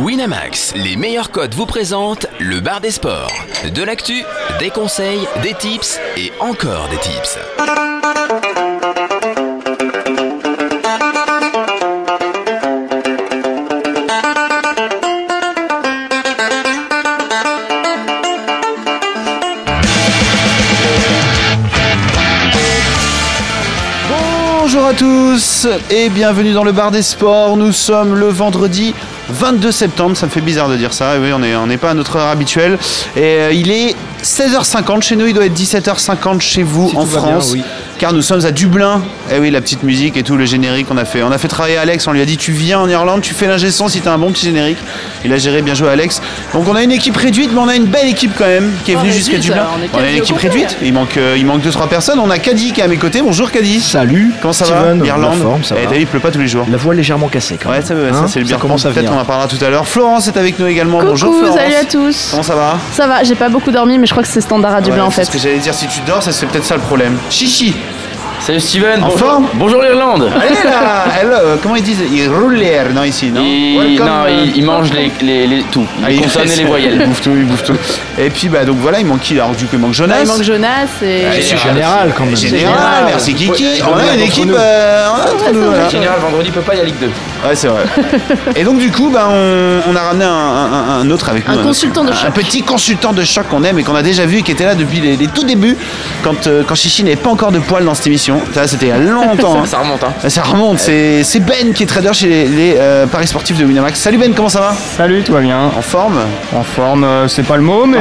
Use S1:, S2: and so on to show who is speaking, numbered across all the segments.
S1: Winamax, les meilleurs codes vous présentent le bar des sports. De l'actu, des conseils, des tips et encore des tips.
S2: Bonjour à tous et bienvenue dans le bar des sports. Nous sommes le vendredi 22 septembre. Ça me fait bizarre de dire ça. Et oui, on n'est on n'est pas à notre heure habituelle. Et euh, il est 16h50 chez nous. Il doit être 17h50 chez vous en
S3: tout va
S2: France.
S3: bien, oui.
S2: Car nous sommes à Dublin. Et oui, la petite musique et tout, le générique, on a fait. On a fait travailler Alex. On lui a dit Tu viens en Irlande, tu fais l'ingé son si t'as un bon petit générique. Il a géré, bien joué Alex. Donc on a une équipe réduite, mais on a une belle équipe quand même qui est
S4: Oh,
S2: venue
S4: réduite,
S2: jusqu'à Dublin.
S4: alors, on est
S2: On a
S4: quasi
S2: une
S4: au
S2: équipe
S4: complet.
S2: réduite. Il manque, euh, il manque 2-3 personnes. On a Caddy qui est à mes côtés. Bonjour Caddy.
S3: Salut,
S2: Comment ça
S3: Steven,
S2: va L'Irlande
S3: La forme, ça
S2: Eh,
S3: va.
S2: t'as vu, il pleut pas tous les jours.
S3: La voix légèrement cassée quand même.
S2: Ouais, ça, ouais,
S3: Hein
S2: ça c'est le bien.
S3: commence à
S2: Peut-être
S3: venir.
S2: on en parlera tout à l'heure. Florence est avec nous également. Ah, Bonjour
S4: Coucou,
S2: Florence.
S4: salut à tous.
S2: Comment ça va
S4: Ça va, j'ai pas beaucoup dormi, mais je crois que c'est standard à Dublin
S2: Ouais,
S4: en
S2: c'est
S4: fait.
S2: ce que j'allais dire, si tu dors, ça serait peut-être ça le problème. Chichi
S5: Salut Steven,
S2: En
S5: bonjour-
S2: forme
S5: Bonjour l'Irlande
S2: Elle est là Elle, euh, Comment ils disent Ils roulent l'air, non, ici, non
S5: il,
S2: Welcome,
S5: non,
S2: euh,
S5: il, il mange les, les, les- tout,
S2: ah,
S5: les
S2: il-
S5: consonnes et les
S2: Il
S5: voyelles.
S2: bouffe tout, il bouffe tout. Et puis, bah, donc voilà, il manque qui Alors, du coup, Ah, il manque
S4: Bah,
S2: Jonas.
S4: il manque Jonas et.
S2: Ouais,
S3: C'est général quand même.
S2: Général,
S4: Général.
S2: merci Kiki.
S3: Ouais,
S2: on a
S3: entre
S2: une équipe.
S3: nous.
S2: euh, on a entre nous, voilà.
S5: En général, vendredi peut pas y a Ligue 2.
S2: Ouais, c'est vrai. Et donc, du coup, bah, on, on a ramené un, un- un- un autre avec
S4: Un
S2: nous.
S4: consultant de
S2: Un
S4: choc.
S2: petit consultant de choc qu'on aime et qu'on a déjà vu et qui était là depuis les, les tout débuts, quand, euh, quand Chichi n'avait pas encore de poils dans cette émission. Ça, c'était il y a longtemps. hein.
S5: Ça remonte, hein.
S2: Ça remonte, c'est c'est Ben qui est trader chez les, les, euh, paris sportifs de Winamax. Salut Ben, comment ça va
S6: Salut, tout va bien.
S2: En forme
S6: En forme, euh, c'est pas le mot, mais,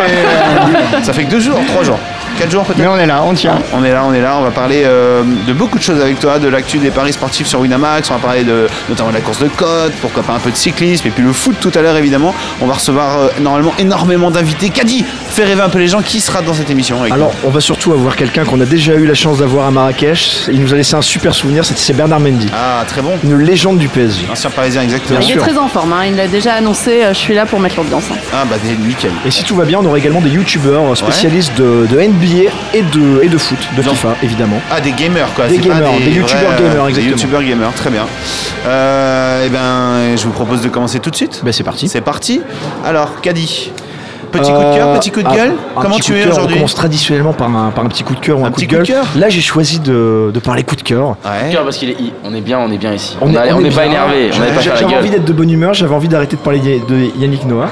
S2: Ça fait que deux jours, trois jours, quatre jours peut-être
S6: mais on est là, on tient.
S2: On est là, on est là, on va parler euh, de beaucoup de choses avec toi, de l'actu des paris sportifs sur Winamax, on va parler de, notamment de la course de côte, pourquoi pas un peu de cyclisme, et puis le foot tout à l'heure évidemment. On va recevoir euh, normalement énormément d'invités. Caddy, fais rêver un peu les gens, qui sera dans cette émission avec
S3: Alors, on va surtout avoir quelqu'un qu'on a déjà eu la chance d'avoir à Marrakech. Il nous a laissé un super souvenir, c'était- c'est Bernard Mendy,
S2: nous Ah, très bon,
S3: une légende du PSG.
S2: ancien parisien exactement.
S3: Bien
S4: Il est
S3: sûr.
S4: très en forme, hein, il l'a déjà annoncé, euh, je suis là pour mettre l'ambiance. hein.
S2: Ah bah des- nickel.
S3: Et si tout va bien, on aura également des youtubeurs euh, spécialistes de, de NBA et de, et de foot, de
S2: Non.
S3: FIFA évidemment.
S2: Ah des gamers quoi,
S3: Des
S2: c'est pas
S3: gamers, des
S2: vrais, euh,
S3: youtubeurs gamers,
S2: Des
S3: exactement.
S2: youtubeurs gamers, très bien. Euh, et ben je vous propose de commencer tout de suite.
S3: Ben c'est parti.
S2: C'est parti. Alors Caddy, petit coup de
S3: Euh,
S2: cœur, petit coup de
S3: un-
S2: gueule,
S3: un
S2: comment
S3: petit coup
S2: tu
S3: de
S2: es
S3: cœur, On
S2: aujourd'hui
S3: commence traditionnellement par un, par un petit coup de cœur ou un,
S2: Un
S3: coup
S2: petit
S3: de gueule.
S2: coup de cœur
S3: Là, j'ai choisi de, de parler coup de cœur.
S2: Ouais.
S5: Cœur, Parce qu'il est I. On est bien, on est bien ici.
S3: On
S5: On
S3: est-
S5: a-
S3: on
S5: on
S3: est
S5: n'est pas
S3: bien.
S5: énervé, on n'est pas faire la
S3: J'avais envie
S5: gueule.
S3: d'être de bonne humeur, j'avais envie d'arrêter de parler de- de Yannick Noah.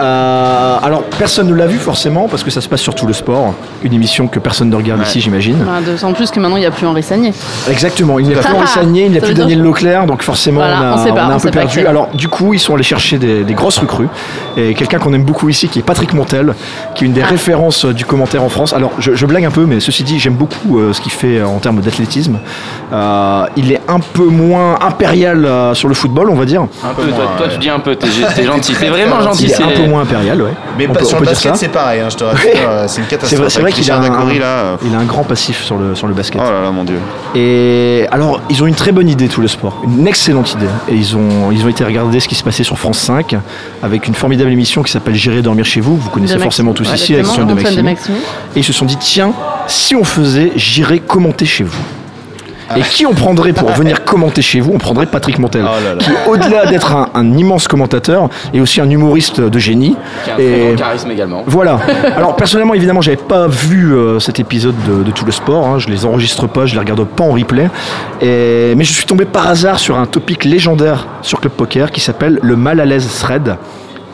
S3: Euh, alors, personne ne l'a vu forcément, parce que ça se passe surtout le sport. Une émission que personne ne regarde ici, j'imagine.
S4: Enfin, D'autant plus que maintenant il n'y a plus Henri Sagné.
S3: Exactement, il n'y a plus
S4: Ah,
S3: Henri Sagné, il n'y a
S4: ça
S3: plus
S4: veut dire-
S3: Daniel Leclerc, donc forcément,
S4: Voilà,
S3: on, a,
S4: on sait pas,
S3: a un
S4: on
S3: peu
S4: sait pas qui
S3: perdu.
S4: c'est.
S3: Alors, du coup, ils sont allés chercher des, des grosses recrues. Et quelqu'un qu'on aime beaucoup ici, qui est Patrick Montel, qui est une
S4: Ah.
S3: des références euh, du commentaire en France. Alors, je, je blague un peu, mais ceci dit, j'aime beaucoup euh, ce qu'il fait euh, en termes d'athlétisme. Euh, il est un peu moins impérial euh, sur le football, on va dire.
S5: Un peu, toi, toi, tu dis un peu, t'es t'es gentil, t'es vraiment gentil.
S3: Il est
S5: c'est-
S3: un peu moins impérial, ouais.
S2: Mais
S3: On
S2: pas
S3: peut-
S2: sur
S3: on
S2: le
S3: peut dire
S2: basket,
S3: ça.
S2: c'est pareil, hein, je te rassure. euh, C'est une
S3: C'est
S2: catastrophe.
S3: vrai, c'est vrai
S2: avec
S3: qu'il a
S2: Richard
S3: un,
S2: Dacoury, là. euh,
S3: il a un grand passif sur le, sur le basket.
S2: Oh là là, mon dieu.
S3: Et alors, ils ont une très bonne idée, tout le sport. Une excellente idée. Et ils ont, ils ont été regarder ce qui se passait sur France 5 avec une formidable émission qui s'appelle Gérer dormir chez vous. Vous connaissez
S4: De
S3: forcément tous
S4: Maxime.
S3: ici,
S4: Ouais,
S3: avec
S4: exactement,
S3: Antoine de
S4: Antoine de
S3: Maxime.
S4: Maxime.
S3: Et ils se sont dit, tiens, si on faisait J'irai commenter chez vous. Et
S5: Ah.
S3: qui on prendrait pour venir commenter chez vous On prendrait Patrick Montel,
S2: Oh là là.
S3: qui au-delà d'être un, un immense commentateur, est aussi un humoriste de génie.
S5: Qui a un très
S3: Et
S5: grand charisme également.
S3: voilà. Alors personnellement, évidemment, j'avais pas vu euh, cet épisode de, de tout le sport. hein. Je les enregistre pas, je les regarde pas en replay. Et- Mais je suis tombé par hasard sur un topic légendaire sur Club Poker qui s'appelle le mal à l'aise thread.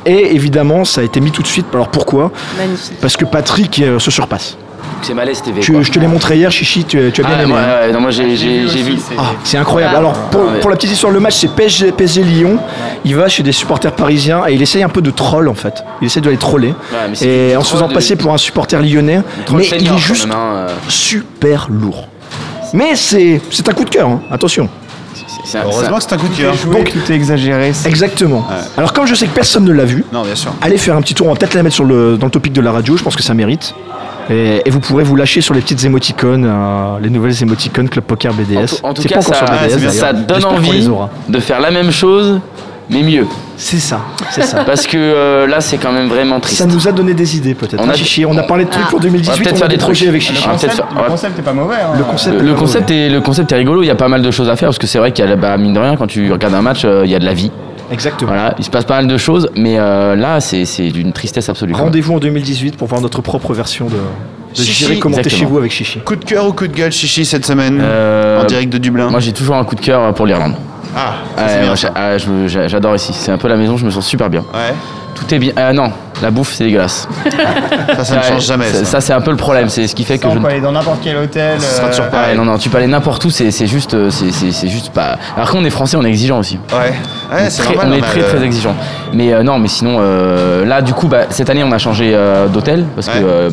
S3: Et évidemment, ça a été mis tout de suite. Alors pourquoi
S4: Magnifique.
S3: Parce que Patrick euh, se surpasse.
S5: Donc C'est malaise TV.
S3: Tu-
S5: quoi.
S3: je te l'ai montré hier, Chichi, tu, tu as bien
S5: Ah,
S3: aimé.
S5: ouais,
S3: hein.
S5: ouais, non, moi j'ai j'ai- j'ai vu.
S3: Ah, c'est incroyable. Alors, pour,
S5: ouais.
S3: pour la petite histoire, le match, c'est PSG, PSG Lyon. Il va chez des supporters parisiens et il essaye un peu de troll, en fait. Il essaye de les troller.
S5: mais c'est
S3: et
S5: du
S3: en se
S5: troll
S3: faisant
S5: de-
S3: passer pour un supporter lyonnais.
S5: Troll
S3: Mais
S5: senior,
S3: il est
S5: quand
S3: juste
S5: même, hein, euh,
S3: super lourd. Mais c'est c'est un coup de cœur, hein. attention.
S5: c'est- c'est un-
S2: Heureusement que c'est un coup de cœur.
S6: Donc tout est exagéré. c'est-
S3: Exactement. Alors, comme je sais que personne ne l'a vu,
S2: Non, bien sûr.
S3: allez faire un petit tour. On va peut-être la mettre sur le, dans le topic de la radio, je pense que ça mérite. Et, et vous pourrez vous lâcher sur les petites émoticônes, euh, les nouvelles émoticônes Club Poker
S5: En
S3: BDS.
S5: tout, en tout
S3: C'est
S5: cas,
S3: pas encore
S5: ça,
S3: sur BDS,
S5: ça
S3: d'ailleurs.
S5: donne
S3: J'espère qu'on
S5: envie
S3: les aura.
S5: de faire la même chose mais mieux.
S3: C'est ça, c'est ça.
S5: Parce que euh, là, c'est quand même vraiment triste.
S3: ça nous a donné des idées peut-être.
S5: On
S3: hein,
S5: a- Ah.
S3: Chichi, on a parlé de trucs pour 2018,
S5: On va peut-être
S3: on a
S5: faire
S3: des
S5: des trucs.
S3: projets avec
S5: Le
S3: Chichi.
S5: Ah,
S6: concept,
S5: peut-être-
S6: le concept est pas mauvais. hein.
S3: Le concept,
S5: Le
S3: là,
S5: concept, est, le concept est rigolo, il y a pas mal de choses à faire parce que c'est vrai qu'il y a, bah, mine de rien, quand tu regardes un match, euh, il y a de la vie.
S3: ouais. Exactement.
S5: Voilà, il se passe pas mal de choses, mais euh, là, c'est c'est d'une tristesse absolue.
S3: Rendez-vous en 2018 pour voir notre propre version de, de
S2: Chichi,
S3: J'irai commenter
S5: exactement.
S3: chez vous avec Chichi.
S2: Coup de cœur ou coup de gueule, Chichi, cette semaine
S5: Euh,
S2: En direct de Dublin.
S5: Moi, j'ai toujours un coup de cœur pour l'Irlande.
S2: ah, hein. ça, c'est
S5: Ouais,
S2: bien
S5: ouais,
S2: ça.
S5: j'a- ah, je me- j'a- J'adore ici, c'est un peu la maison, je me sens super bien.
S2: Ouais,
S5: Tout est bien. Ah non, la bouffe, c'est dégueulasse.
S2: ça, ça ne change jamais.
S5: Ça,
S2: Ça,
S5: ça, c'est un peu le problème, c'est ce qui fait que
S6: Ça,
S5: je
S6: on
S5: ne
S6: peut aller dans n'importe quel hôtel.
S2: Ce sera
S6: euh,
S2: toujours
S5: Ah ouais,
S2: pareil.
S5: non, non, tu peux aller n'importe où, c'est c'est juste, euh, c'est- c'est c'est juste pas. Après, on est français, on est exigeant aussi.
S2: Ouais,
S5: On
S2: ouais
S5: est
S2: c'est
S5: très-
S2: normal.
S5: on est
S2: on a
S5: très
S2: le-
S5: très exigeant. Mais euh, non, mais sinon, euh, là, du coup, bah, cette année, on a changé euh, d'hôtel parce
S2: Ouais.
S5: que, euh,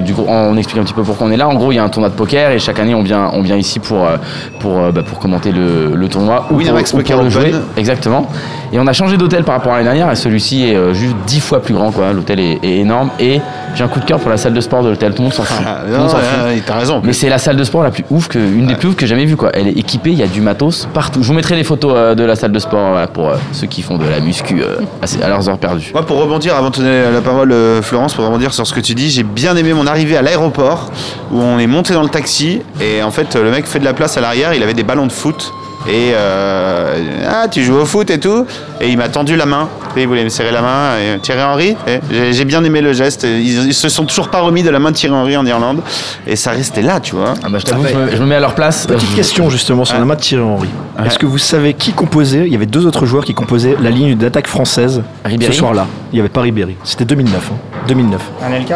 S5: du coup, on, on explique un petit peu pourquoi on est là. En gros, il y a un tournoi de poker et chaque année, on vient, on vient ici pour euh, pour euh, bah, pour commenter le, le tournoi ou pour,
S2: Winamax
S5: ou pour
S2: Poker
S5: le
S2: Open.
S5: jouer. Exactement. Et on a changé d'hôtel par rapport à l'année dernière et celui-ci est euh, juste 10 fois plus grand, quoi. L'hôtel est, est énorme et j'ai un coup de cœur pour la salle de sport de l'hôtel. Tout le monde s'en fout.
S2: Ah,
S5: Tout le
S2: non,
S5: monde s'en
S2: ouais,
S5: fout.
S2: ouais, t'as raison.
S5: Mais c'est la salle de sport la plus ouf que, une des plus ouf que j'ai jamais vue quoi. Elle est équipée, il y a du matos partout. Je vous mettrai des photos euh, de la salle de sport voilà, pour euh, ceux qui font de la muscu euh, à, ses- à leurs heures perdues.
S2: Moi, pour rebondir, avant de donner la parole, euh, Florence, pour rebondir sur ce que tu dis, j'ai bien aimé mon arrivée à l'aéroport où on est monté dans le taxi et en fait, euh, le mec fait de la place à l'arrière, il avait des ballons de foot. Et euh, ah, tu joues au foot et tout. Et il m'a tendu la main. Et il voulait me serrer la main. Et, Thierry Henry, eh, j'ai j'ai bien aimé le geste. Et Ils, ils se sont toujours pas remis de la main de Thierry Henry en Irlande. Et ça restait là, tu vois.
S5: Ah bah, je t'avoue, je, me- je me mets à leur place. Euh,
S3: Petite question justement sur la main de Thierry Henry. Est-ce que vous savez qui composait Il y avait deux autres joueurs qui composaient la ligne d'attaque française
S5: Ribéry
S3: ce soir-là. Il n'y avait pas Ribéry. C'était 2009. hein. 2009.
S6: euh, Un LK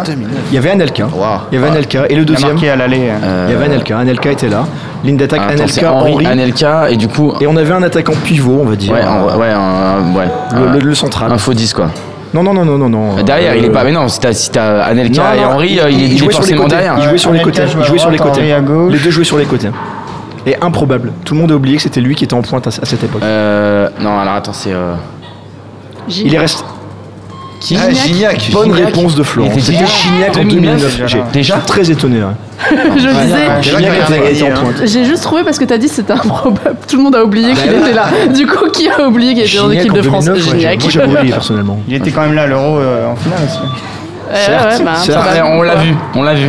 S3: Il y avait Anelka.
S2: Waouh.
S3: Il y avait Anelka. Et le
S6: Il a
S3: deuxième,
S6: marqué à l'aller. euh.
S3: il y avait Anelka. Anelka était là. Ligne d'attaque
S5: Ah, Attends, c'est
S3: Anelka,
S5: Henri,
S3: Henry.
S5: Anelka et du coup.
S3: Et on avait un attaquant pivot, on va dire.
S5: ouais, en- ouais, un- ouais,
S3: Le,
S5: un-
S3: le- le central.
S5: un faux 10 quoi.
S3: Non, non, non, non, non, non.
S5: Ah. derrière,
S3: Euh,
S5: il est pas. Mais non, si t'as si t'as Anelka
S3: non,
S5: et
S3: non,
S5: Henri, euh, il, est- il
S3: jouait sur
S5: est
S3: les
S5: forcément
S3: côtés.
S5: derrière.
S3: Il jouait
S6: Ouais,
S3: sur les
S6: Anelka
S3: côtés.
S6: joue à
S3: Il jouait sur les
S6: droite,
S3: côtés.
S6: Henry à gauche.
S3: Les deux jouaient sur les côtés. Et improbable. Tout le monde a oublié que c'était lui qui était en pointe à, à cette époque.
S5: Euh, non, alors attends, c'est. euh,
S4: J-
S3: Il est resté.
S5: Qui
S2: Ah, Gignac.
S3: Bonne
S5: Gignac.
S3: réponse de Florent.
S5: Il était
S3: C'était
S5: Gignac
S3: Chignac en
S5: 2009.
S3: 2009. J'ai-
S5: Déjà Ah,
S3: Je suis très étonné. ouais.
S4: je
S2: C'est
S4: disais.
S2: là
S3: Gignac
S2: qu'il a rien
S3: était
S2: gagné,
S3: en
S2: hein.
S3: pointe.
S4: J'ai juste trouvé parce que t'as dit que c'était improbable. Tout le monde a oublié qu'il était là. Du coup, qui a oublié qu'il était dans
S3: Gignac
S4: l'équipe
S3: en
S4: de France
S3: 2009, ouais,
S4: Gignac.
S3: Moi j'avais oublié personnellement.
S6: Il était quand même là à l'euro euh, en finale aussi.
S4: Ouais, ouais, bah,
S3: certes.
S4: ça
S5: Ah,
S4: va.
S5: on l'a vu, on l'a vu.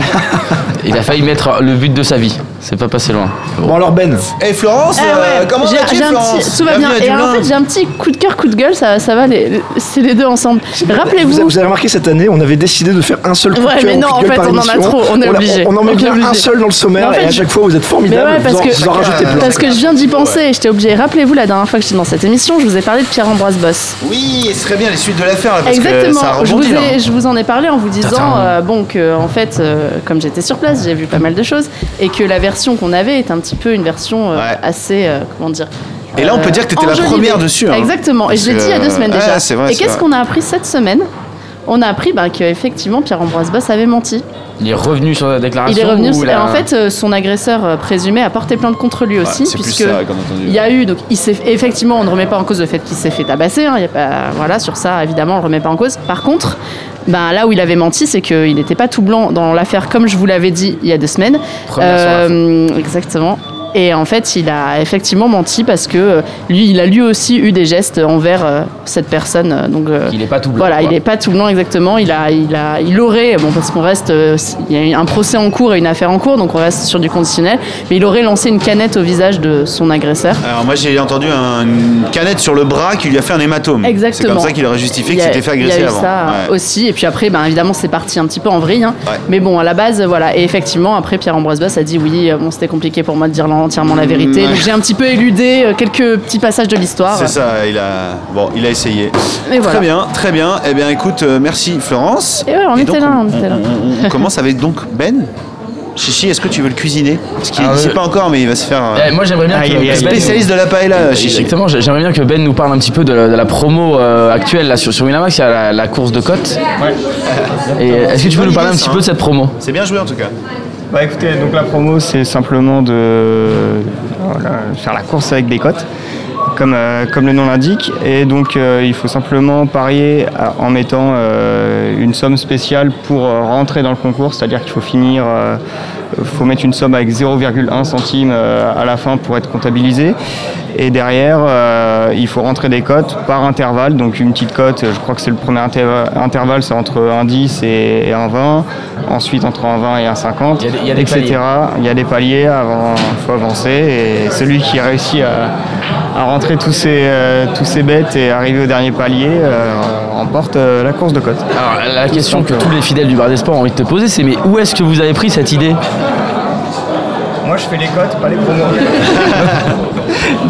S5: Il a failli mettre le but de sa vie. C'est pas passé loin. Bon.
S3: Bon alors Ben,
S2: Et Florence,
S4: Ah ouais, j'ai- j'ai un petit- Tout va bien. Et en fait, j'ai un petit coup de cœur, coup de gueule, ça, ça va, les- les- c'est les deux ensemble.
S3: Bah, vous,
S4: Rappelez-vous,
S3: vous avez remarqué cette année, on avait décidé de faire un seul coup de
S4: Ouais,
S3: cœur
S4: mais
S3: ou
S4: non,
S3: coup de
S4: en
S3: gueule
S4: fait,
S3: par
S4: on en a
S3: émission.
S4: trop, on est
S3: l'a-
S4: obligé.
S3: on en met
S4: On est
S3: bien un
S4: obligé.
S3: seul dans le sommaire
S4: Mais en fait,
S3: et à
S4: je-
S3: chaque fois vous êtes
S4: Mais
S3: formidables,
S4: ouais,
S3: vous,
S4: parce
S3: en,
S4: que-
S3: vous en rajoutez plein.
S4: parce que je viens d'y penser, j'étais obligée. Rappelez-vous, la dernière fois que j'étais dans cette émission, je vous ai parlé de Pierre-Ambroise Boss.
S2: Oui, et ce serait bien les suites de l'affaire là, parce que ça a
S4: Exactement, je vous,
S2: rebondi hein. là.
S4: ai- je vous en ai parlé en vous disant, euh, bon, que en fait, euh, comme j'étais sur place, j'ai vu pas mal de choses, et que la version qu'on avait est un petit peu une version euh,
S2: Ouais.
S4: assez, euh, comment dire... euh,
S2: Et là, on peut dire que t'étais la
S4: enjolivée.
S2: première dessus, hein.
S4: Exactement, et
S2: Parce
S4: je l'ai dit il y a
S2: que-
S4: deux semaines
S2: Ouais,
S4: déjà.
S2: c'est vrai,
S4: et
S2: c'est
S4: qu'est-ce
S2: vrai.
S4: qu'on a appris cette semaine on a appris bah, qu'effectivement Pierre-Ambroise Boss avait menti.
S5: Il est revenu sur la
S2: Ah,
S5: déclaration.
S4: Il est revenu.
S5: ou
S4: sur-
S5: la-
S4: En fait, euh, son agresseur euh, présumé a porté plainte contre lui aussi,
S2: c'est plus
S4: puisque
S2: ça qu'on a entendu.
S4: il y a eu, donc il s'est effectivement, on ne remet pas en cause le fait qu'il s'est fait tabasser. hein, il y a pas, voilà, sur ça, évidemment, on ne remet pas en cause. Par contre, ben, là où il avait menti, c'est qu'il n'était pas tout blanc dans l'affaire, comme je vous l'avais dit il y a deux semaines.
S5: Première sur la
S4: Euh, exactement. Et en fait, il a effectivement menti parce que euh, lui, il a lui aussi eu des gestes envers euh, cette personne. euh, Donc euh,
S5: Il est pas tout blanc.
S4: voilà,
S5: quoi.
S4: il n'est pas tout blanc exactement. Il a, il a, il aurait, bon parce qu'on reste, euh, il y a un procès en cours et une affaire en cours, donc on reste sur du conditionnel. Mais il aurait lancé une canette au visage de son agresseur.
S2: Alors moi j'ai entendu un- une canette sur le bras qui lui a fait un hématome.
S4: Exactement.
S2: C'est comme ça qu'il aurait justifié
S4: Il
S2: qu'il
S4: y a-
S2: s'était fait agresser
S4: il y a eu
S2: avant.
S4: ça
S2: Ouais.
S4: aussi. Et puis après, ben, évidemment, c'est parti un petit peu en vrille. hein.
S2: Ouais.
S4: Mais bon, à la base, voilà. Et effectivement, après, Pierre-Ambroise Boss a dit oui, euh, bon, c'était compliqué pour moi de dire entièrement la vérité.
S2: Mm, ouais.
S4: Donc j'ai un petit peu éludé euh, quelques petits passages de l'histoire.
S2: C'est ça, il a bon, il a essayé.
S4: Et voilà.
S2: Très bien, très bien. Eh bien écoute, euh, merci Florence.
S4: Et ouais, on était
S2: donc,
S4: là, on était là.
S2: on- on- on commence avec donc Ben. Chichi, est-ce que tu veux le cuisiner Parce qu'il
S5: Ah,
S2: ne
S5: ouais.
S2: sait pas encore, mais il va se faire. euh,
S5: Eh, moi, j'aimerais bien
S6: Aïe,
S5: que-
S6: aïe,
S5: que
S6: aïe.
S5: Ben-
S2: spécialiste de la paella, Chichi.
S5: Exactement, j'ai- j'aimerais bien que Ben nous parle un petit peu de la, de la promo euh, actuelle là, sur, sur Winamax, il y a la, la course de cote. Et euh, Est-ce que tu peux
S2: Bonne
S5: nous parler
S2: idée,
S5: un
S2: ça,
S5: petit
S2: hein.
S5: peu de cette promo
S2: C'est bien joué en tout cas.
S6: Bah écoutez, donc la promo c'est simplement de voilà, faire la course avec des cotes, comme, euh, comme le nom l'indique. Et donc euh, il faut simplement parier à- en mettant euh, une somme spéciale pour euh, rentrer dans le concours, c'est-à-dire qu'il faut finir euh, faut mettre une somme avec 0,1 centime euh, à la fin pour être comptabilisé. Et derrière, euh, il faut rentrer des cotes par intervalle. Donc une petite cote, je crois que c'est le premier interva- intervalle, c'est entre 1,10 et 1,20. Ensuite, entre 1,20
S5: Il
S6: et 1,50,
S5: y a des- il y a des
S6: etc.
S5: paliers.
S6: Il y a des paliers, avant, faut avancer. Et celui qui a réussi à, à rentrer tous ses, euh, tous ses bêtes et arriver au dernier palier euh, remporte euh, la course de cote.
S5: Alors la- la question que tous les fidèles du bar des sports ont envie de te poser, c'est mais où est-ce que vous avez pris cette idée
S6: Moi, je fais les cotes, pas les promos.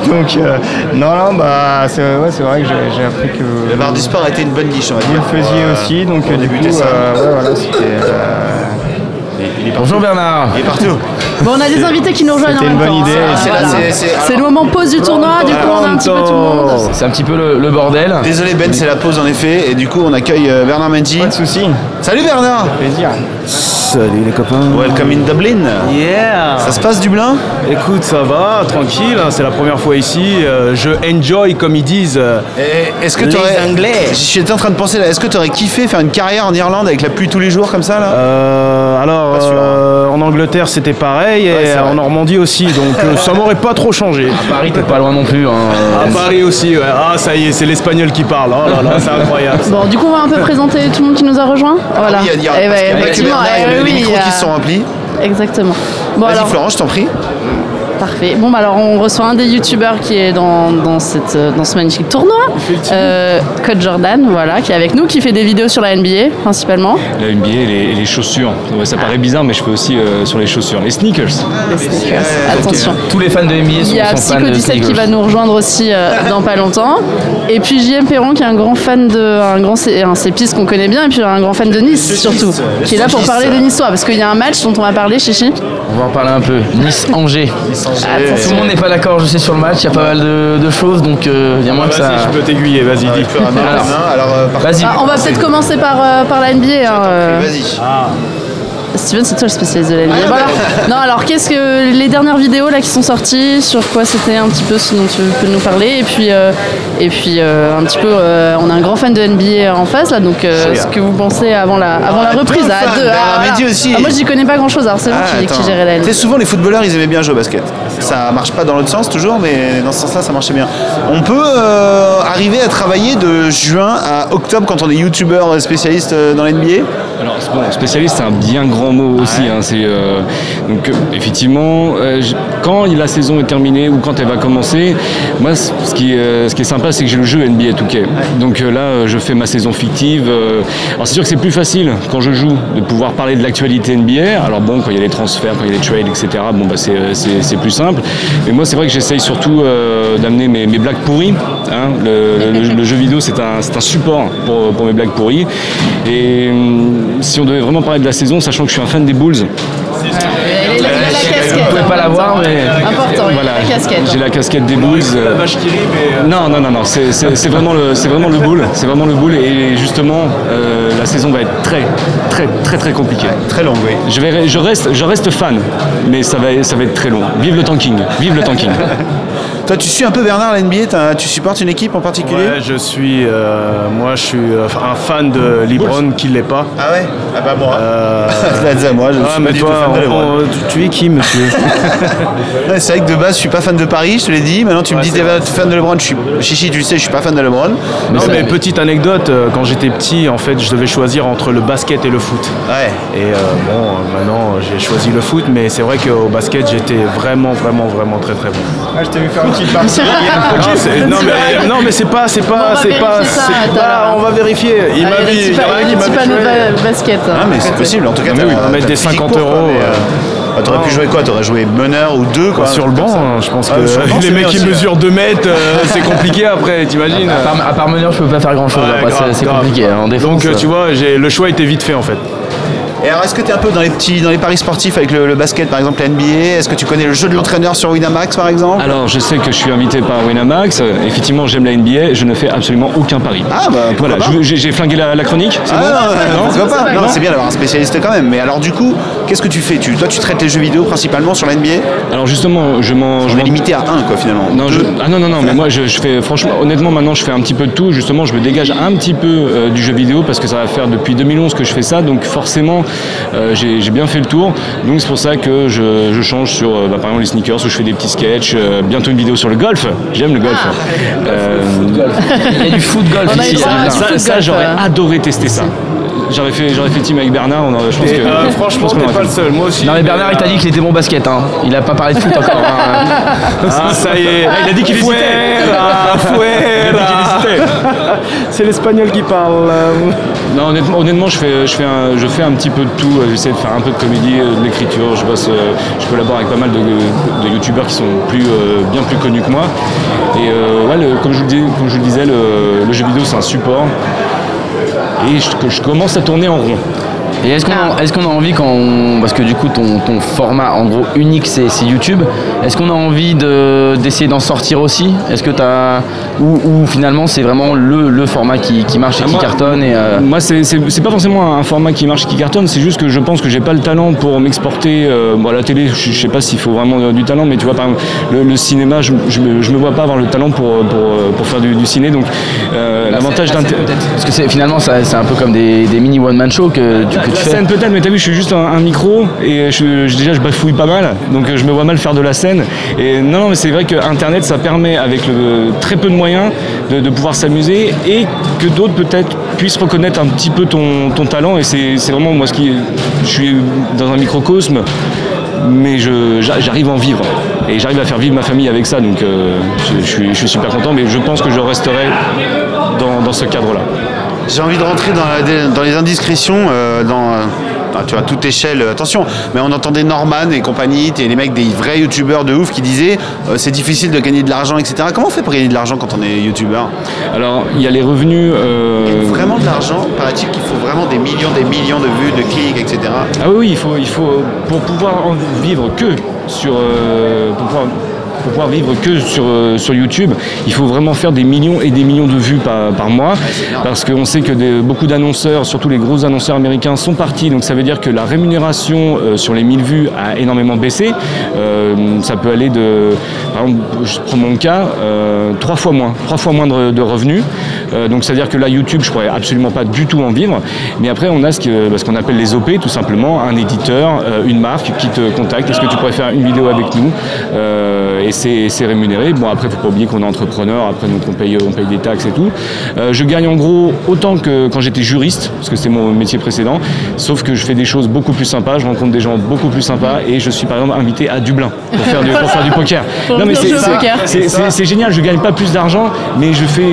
S6: Donc, euh, non, non, bah, c'est ouais, c'est vrai que j'ai j'ai appris que vous
S2: Le bar du sport a été une bonne niche, on va
S6: vous le
S2: dire.
S6: faisiez aussi. Donc, euh, du coup,
S2: débuter ça.
S6: euh, ouais, voilà, c'était euh,
S5: Bonjour Bernard
S2: Et partout.
S4: Bon, on a des invités qui nous rejoignent en
S6: c'était
S4: même
S6: une bonne
S4: temps.
S6: idée.
S4: hein.
S2: C'est là,
S4: Voilà.
S2: c'est- c'est-
S4: C'est le moment pause du tournoi, du coup on a un petit peu tout le
S2: Oh.
S4: monde.
S5: C'est un petit peu le, le bordel.
S2: Désolé Ben, c'est la pause en effet. Et du coup, on accueille euh, Bernard Mendy.
S6: pas de soucis,
S2: Salut Bernard
S6: plaisir.
S7: Salut les copains.
S2: Welcome in Dublin.
S7: Yeah.
S2: Ça se passe Dublin
S7: Écoute, ça va, tranquille. hein, c'est la première fois ici. euh, je enjoy comme ils disent. euh,
S2: Et Est-ce que
S7: Les
S2: tu aurais.
S7: Anglais.
S2: J'étais en train de penser là, est-ce que tu aurais kiffé faire une carrière en Irlande avec la pluie tous les jours comme ça là
S7: euh, alors,
S2: Pas sûr, hein.
S7: euh, en Angleterre, c'était pareil,
S2: Ouais,
S7: et
S2: c'est vrai.
S7: en Normandie aussi. Donc, euh, ça m'aurait pas trop changé.
S5: Paris, t'es pas loin non plus. hein.
S7: À Paris aussi. ouais. Ah, ça y est, c'est l'espagnol qui parle. Oh là là, c'est incroyable.
S4: Bon, du coup on va un peu présenter tout le monde qui nous a rejoint. Voilà.
S2: Il y a, il y a-
S4: Eh ben,
S2: parce qu'il y a pas que
S4: effectivement,
S2: Bernard, il y a
S4: eh
S2: les
S4: oui,
S2: micros
S4: il y a-
S2: qui se sont remplis.
S4: Exactement. Bon,
S2: Vas-y
S4: alors,
S2: Florent, je t'en prie.
S4: Parfait. Bon, bah alors on reçoit un des youtubeurs qui est dans, dans, cette, euh, dans ce magnifique tournoi. Euh, Code Jordan, voilà, qui est avec nous, qui fait des vidéos sur la NBA principalement.
S8: La NBA et les, et les chaussures. Ouais, ça paraît bizarre, mais je fais aussi euh, sur les chaussures. Les sneakers.
S4: euh, Attention.
S5: Tous les fans de NBA sont,
S4: Il y a
S5: sont fans
S4: Psycho
S5: de
S4: 17 qui
S5: Sneakers.
S4: va nous rejoindre aussi euh, dans pas longtemps. Et puis JM Perron qui est un grand fan de un grand sé- un sépiste qu'on connaît bien et puis un grand fan de Nice surtout qui est là pour parler des Niçois parce qu'il y a un match dont on va parler Chichi.
S5: On va en parler un peu. Nice-Angers. Ah, Tout le
S4: Attention.
S5: monde n'est pas d'accord, je sais, sur le match. Il y a pas mal de, de choses, donc euh, il y a moins que ça.
S7: Ah, Vas-y, je peux t'aiguiller, vas-y, dis.
S5: Alors,
S2: Alors, euh, par-
S5: vas-y.
S4: Bah, on va peut-être commencer par, euh, par la NBA. hein, euh.
S2: vas-y.
S4: Steven, c'est toi le spécialiste de la NBA. Bon, alors- non, alors qu'est-ce que les dernières vidéos là qui sont sorties, sur quoi c'était un petit peu ce dont tu peux nous parler, et puis euh, et puis euh, un petit peu, euh, on a un grand fan de NBA en face là, donc euh, ce que vous pensez avant la avant la reprise à
S2: fans,
S4: deux.
S2: Bernard
S4: ah,
S2: Mendy aussi.
S4: Ah, moi, j'y connais pas grand-chose, alors c'est vous
S2: Ah,
S4: qui, qui
S2: attends.
S4: gérez la
S2: Tu sais,
S4: NBA.
S2: souvent les footballeurs ils aimaient bien jouer au basket. Ça marche pas dans l'autre sens toujours, mais dans ce sens-là ça marchait bien. On peut euh, arriver à travailler de juin à octobre quand on est youtubeur spécialiste euh, dans l'NBA
S8: Alors, c'est bon, spécialiste, c'est un bien grand mot aussi. hein, c'est, euh, donc, euh, effectivement, euh, j- quand la saison est terminée ou quand elle va commencer, moi, c- ce qui, est, euh, ce qui est sympa, c'est que j'ai le jeu NBA 2K. Donc euh, là, euh, je fais ma saison fictive. euh, alors, c'est sûr que c'est plus facile quand je joue de pouvoir parler de l'actualité NBA. Alors, bon, quand il y a les transferts, quand il y a les trades, etc., bon, bah, c'est, euh, c'est, c'est plus simple. Mais moi, c'est vrai que j'essaye surtout euh, d'amener mes, mes blagues pourries. hein. le, le- le jeu vidéo, c'est un, c'est un support pour, pour mes blagues pourries. Et hum, si on devait vraiment parler de la saison, sachant que je suis un fan des Bulls,
S4: Il a la casquette.
S5: Vous pouvez pas la voir, mais.
S4: Important, il a
S8: voilà,
S4: la casquette. hein.
S8: j'ai la casquette des Bulls. euh, Non, non, non, non, c'est- c'est c'est vraiment le, c'est vraiment le boule, c'est vraiment le boule, et justement, euh, la saison va être très, très, très, très compliquée.
S2: Très long, oui.
S8: Je, vais, je, reste, je reste fan, mais ça va, ça va être très long. Vive le tanking, vive le tanking.
S2: Toi tu suis un peu Bernard la NBA, t'as- tu supportes une équipe en particulier
S7: Ouais, je suis. euh, moi, je suis euh, un fan de LeBron qui l'est pas.
S2: Ah ouais Ah bah moi.
S7: Euh,
S2: That's à moi, je ne
S7: ah,
S2: suis pas
S7: mais
S2: du
S7: toi,
S2: tout fan de LeBron.
S7: on- tu- tu es qui, monsieur
S2: Ouais, c'est vrai que de base, je suis pas fan de Paris, je te l'ai dit. Maintenant, tu me dis, t'es fan de LeBron. Je suis... Chichi, tu le sais, je suis pas fan de LeBron.
S7: Non,
S5: ça-
S7: mais Eh, petite anecdote, euh, quand j'étais petit, en fait, je devais choisir entre le basket et le foot.
S2: Ouais.
S7: Et euh, bon, euh, maintenant, j'ai choisi le foot, mais c'est vrai qu'au basket, j'étais vraiment, vraiment, vraiment très, très bon.
S6: Ah, je t'ai vu faire une petite partie.
S7: Non, Ah, c'est- non, mais, non, mais c'est pas, c'est
S4: On
S7: pas,
S4: va
S7: c'est pas,
S4: vérifier ça
S7: c'est
S4: tout à
S7: pas-
S4: l'heure.
S7: on va vérifier. Il m'a
S4: Ah,
S7: vu,
S4: il
S7: il y en a un qui
S4: a
S7: m'a
S4: petit
S7: vu
S4: panneau
S7: jouer.
S4: de basket. hein.
S2: Ah, mais c'est possible, en tout cas.
S7: mais oui,
S2: t'as-
S7: on va mettre
S2: t'as
S7: des
S2: le physique
S7: 50
S2: pour, quoi,
S7: euros,
S2: mais, euh,
S7: euh,
S2: bah, T'aurais pu jouer quoi T'aurais joué meneur ou deux quoi,
S7: Sur le
S2: un truc
S7: banc,
S2: comme ça.
S7: hein, je pense que
S2: Ah, sur le banc,
S7: les
S2: c'est
S7: mecs
S2: bien
S7: qui
S2: aussi,
S7: mesurent 2 mètres, euh, c'est compliqué après, t'imagines
S5: À part, à part meneur, je peux pas faire grand chose.
S7: Ah, Ouais, grave,
S5: c'est
S7: grave.
S5: compliqué. hein, en défense,
S7: Donc euh, tu vois, j'ai- le choix était vite fait en fait.
S2: Et alors, est-ce que t'es un peu dans les petits, dans les paris sportifs avec le, le basket, par exemple, la NBA Est-ce que tu connais le jeu de l'entraîneur sur Winamax, par exemple
S8: Alors, je sais que je suis invité par Winamax. euh, Effectivement, j'aime la NBA. Je ne fais absolument aucun pari.
S2: Ah, bah, pourquoi
S8: voilà,
S2: pas.
S8: je- j'ai j'ai flingué la, la chronique. c'est
S2: Ah,
S8: bon
S2: non, non,
S8: Non
S2: pourquoi pas.
S8: C'est
S2: Non,
S8: bon
S2: c'est bien d'avoir un spécialiste quand même. Mais alors, du coup, qu'est-ce que tu fais tu, Toi, tu traites les jeux vidéo principalement sur la NBA
S8: Alors justement, je m'en,
S2: On
S8: je
S2: est
S8: m'en-
S2: limité à un, quoi, finalement.
S8: Non, je-
S2: Deux.
S8: ah non, non, non, mais moi je, je fais, franchement, honnêtement, maintenant je fais un petit peu de tout. Justement, je me dégage un petit peu euh, du jeu vidéo parce que ça va faire depuis 2011 que je fais ça. Donc forcément, Euh, j'ai j'ai bien fait le tour. Donc c'est pour ça que je, je change sur, euh, bah, par exemple, les sneakers où je fais des petits sketchs. euh, bientôt une vidéo sur le golf. J'aime le
S4: Ah.
S8: golf. Euh,
S5: Il y a du foot golf
S4: On a eu
S5: ici.
S4: droit à
S5: il y a
S4: un
S5: du
S4: petit
S5: vin.
S4: Ah, foot
S8: ça, ça,
S4: golf,
S8: j'aurais
S4: euh.
S8: adoré tester ça. J'aurais fait, j'aurais fait team avec Bernard. On aurait- je pense
S7: Et,
S8: que,
S7: euh,
S8: je
S7: franchement,
S8: pense qu'on
S7: t'es
S8: aurait
S7: pas
S8: fait
S7: le seul. Moi aussi.
S5: Non mais Bernard il t'a dit qu'il était bon au basket hein. Il a pas parlé de foot encore. hein.
S7: Ah, ça y est.
S8: il a dit qu'il hésitait.
S7: Fuera, fuera. C'est l'espagnol qui parle.
S8: Non, honnêtement, honnêtement, je, fais, je, fais un, je fais un petit peu de tout. Euh, J'essaie de faire un peu de comédie, euh, de l'écriture. Je, bosse, euh, je collabore avec pas mal de, de youtubeurs qui sont plus, euh, bien plus connus que moi. Et euh, ouais, le- comme, je vous le dis- comme je vous le disais, le, le jeu vidéo, c'est un support. Et je, que je commence à tourner en rond.
S5: Et est-ce qu'on
S4: Ah.
S5: a, est-ce qu'on a envie quand on... Parce que du coup ton, ton format en gros unique c'est, c'est YouTube. Est-ce qu'on a envie de, d'essayer d'en sortir aussi Est-ce que t'as... Ou, ou finalement c'est vraiment le, le format qui, qui marche et
S8: Ah,
S5: qui
S8: moi-
S5: cartonne et... euh,
S8: Moi, c'est- c'est c'est pas forcément un format qui marche, qui cartonne. C'est juste que je pense que j'ai pas le talent pour m'exporter. euh, bon, à la télé, je, je sais pas s'il faut vraiment euh, du talent, mais tu vois, par exemple, le, le cinéma, je, je, me- je me vois pas avoir le talent pour, euh, pour, euh, pour faire du, du ciné. Donc, euh, l'avantage d'un.
S5: Parce que c'est, finalement ça- c'est un peu comme des, des mini one-man show que tu, que tu
S8: La
S5: fais.
S8: scène peut-être, mais t'as vu, je suis juste un, un micro et je, je- déjà je bafouille pas mal, donc euh, je me vois mal faire de la scène. Et non, non, mais c'est vrai que Internet, ça permet avec le, très peu de moyens de, de pouvoir s'amuser et que d'autres peut-être puissent reconnaître un petit peu ton, ton talent. Et c'est c'est vraiment moi ce qui, je suis dans un microcosme, mais je- j'a- j'arrive à en vivre et j'arrive à faire vivre ma famille avec ça. Donc euh, je, je suis, je suis super content, mais je pense que je resterai dans- dans ce cadre-là.
S2: J'ai envie de rentrer dans, la- dans les indiscrétions, euh, dans, euh, ah, tu vois, toute échelle, euh, attention, mais on entendait Norman et compagnie, et les mecs des vrais youtubeurs de ouf qui disaient euh, c'est difficile de gagner de l'argent, etc. Comment on fait pour gagner de l'argent quand on est youtubeur
S8: Alors, il y a les revenus. euh,
S2: Vraiment de l'argent, paraît-il qu'il faut vraiment des millions, des millions de vues, de clics, etc.
S8: Ah oui, oui, il faut, il faut euh, pour pouvoir en vivre que sur euh, pour pouvoir, pour pouvoir vivre que sur, euh, sur YouTube, il faut vraiment faire des millions et des millions de vues par, par mois, parce qu'on sait que des- beaucoup d'annonceurs, surtout les gros annonceurs américains, sont partis. Donc ça veut dire que la rémunération euh, sur les 1000 vues a énormément baissé. Euh, ça peut aller de, par exemple, je prends mon cas, euh, trois fois moins, trois fois moins de, de revenus. Euh, donc c'est-à-dire que là, YouTube, je pourrais absolument pas du tout en vivre. Mais après, on a ce que- bah, ce qu'on appelle les OP, tout simplement, un éditeur, euh, une marque qui te contacte. Est-ce que tu pourrais faire une vidéo avec nous Euh, Et c'est c'est rémunéré. Bon, après, faut pas oublier qu'on est entrepreneur. Après, donc on paye, on paye des taxes et tout. Euh, je gagne en gros autant que quand j'étais juriste, parce que c'était mon métier précédent. Sauf que je fais des choses beaucoup plus sympas. Je rencontre des gens beaucoup plus sympas. Et je suis par exemple invité à Dublin pour faire du, pour faire du poker.
S4: Pour venir
S8: c'est
S4: jouer au
S8: c'est-
S4: poker.
S8: c'est- c'est- c'est génial. Je gagne pas plus d'argent, mais je fais,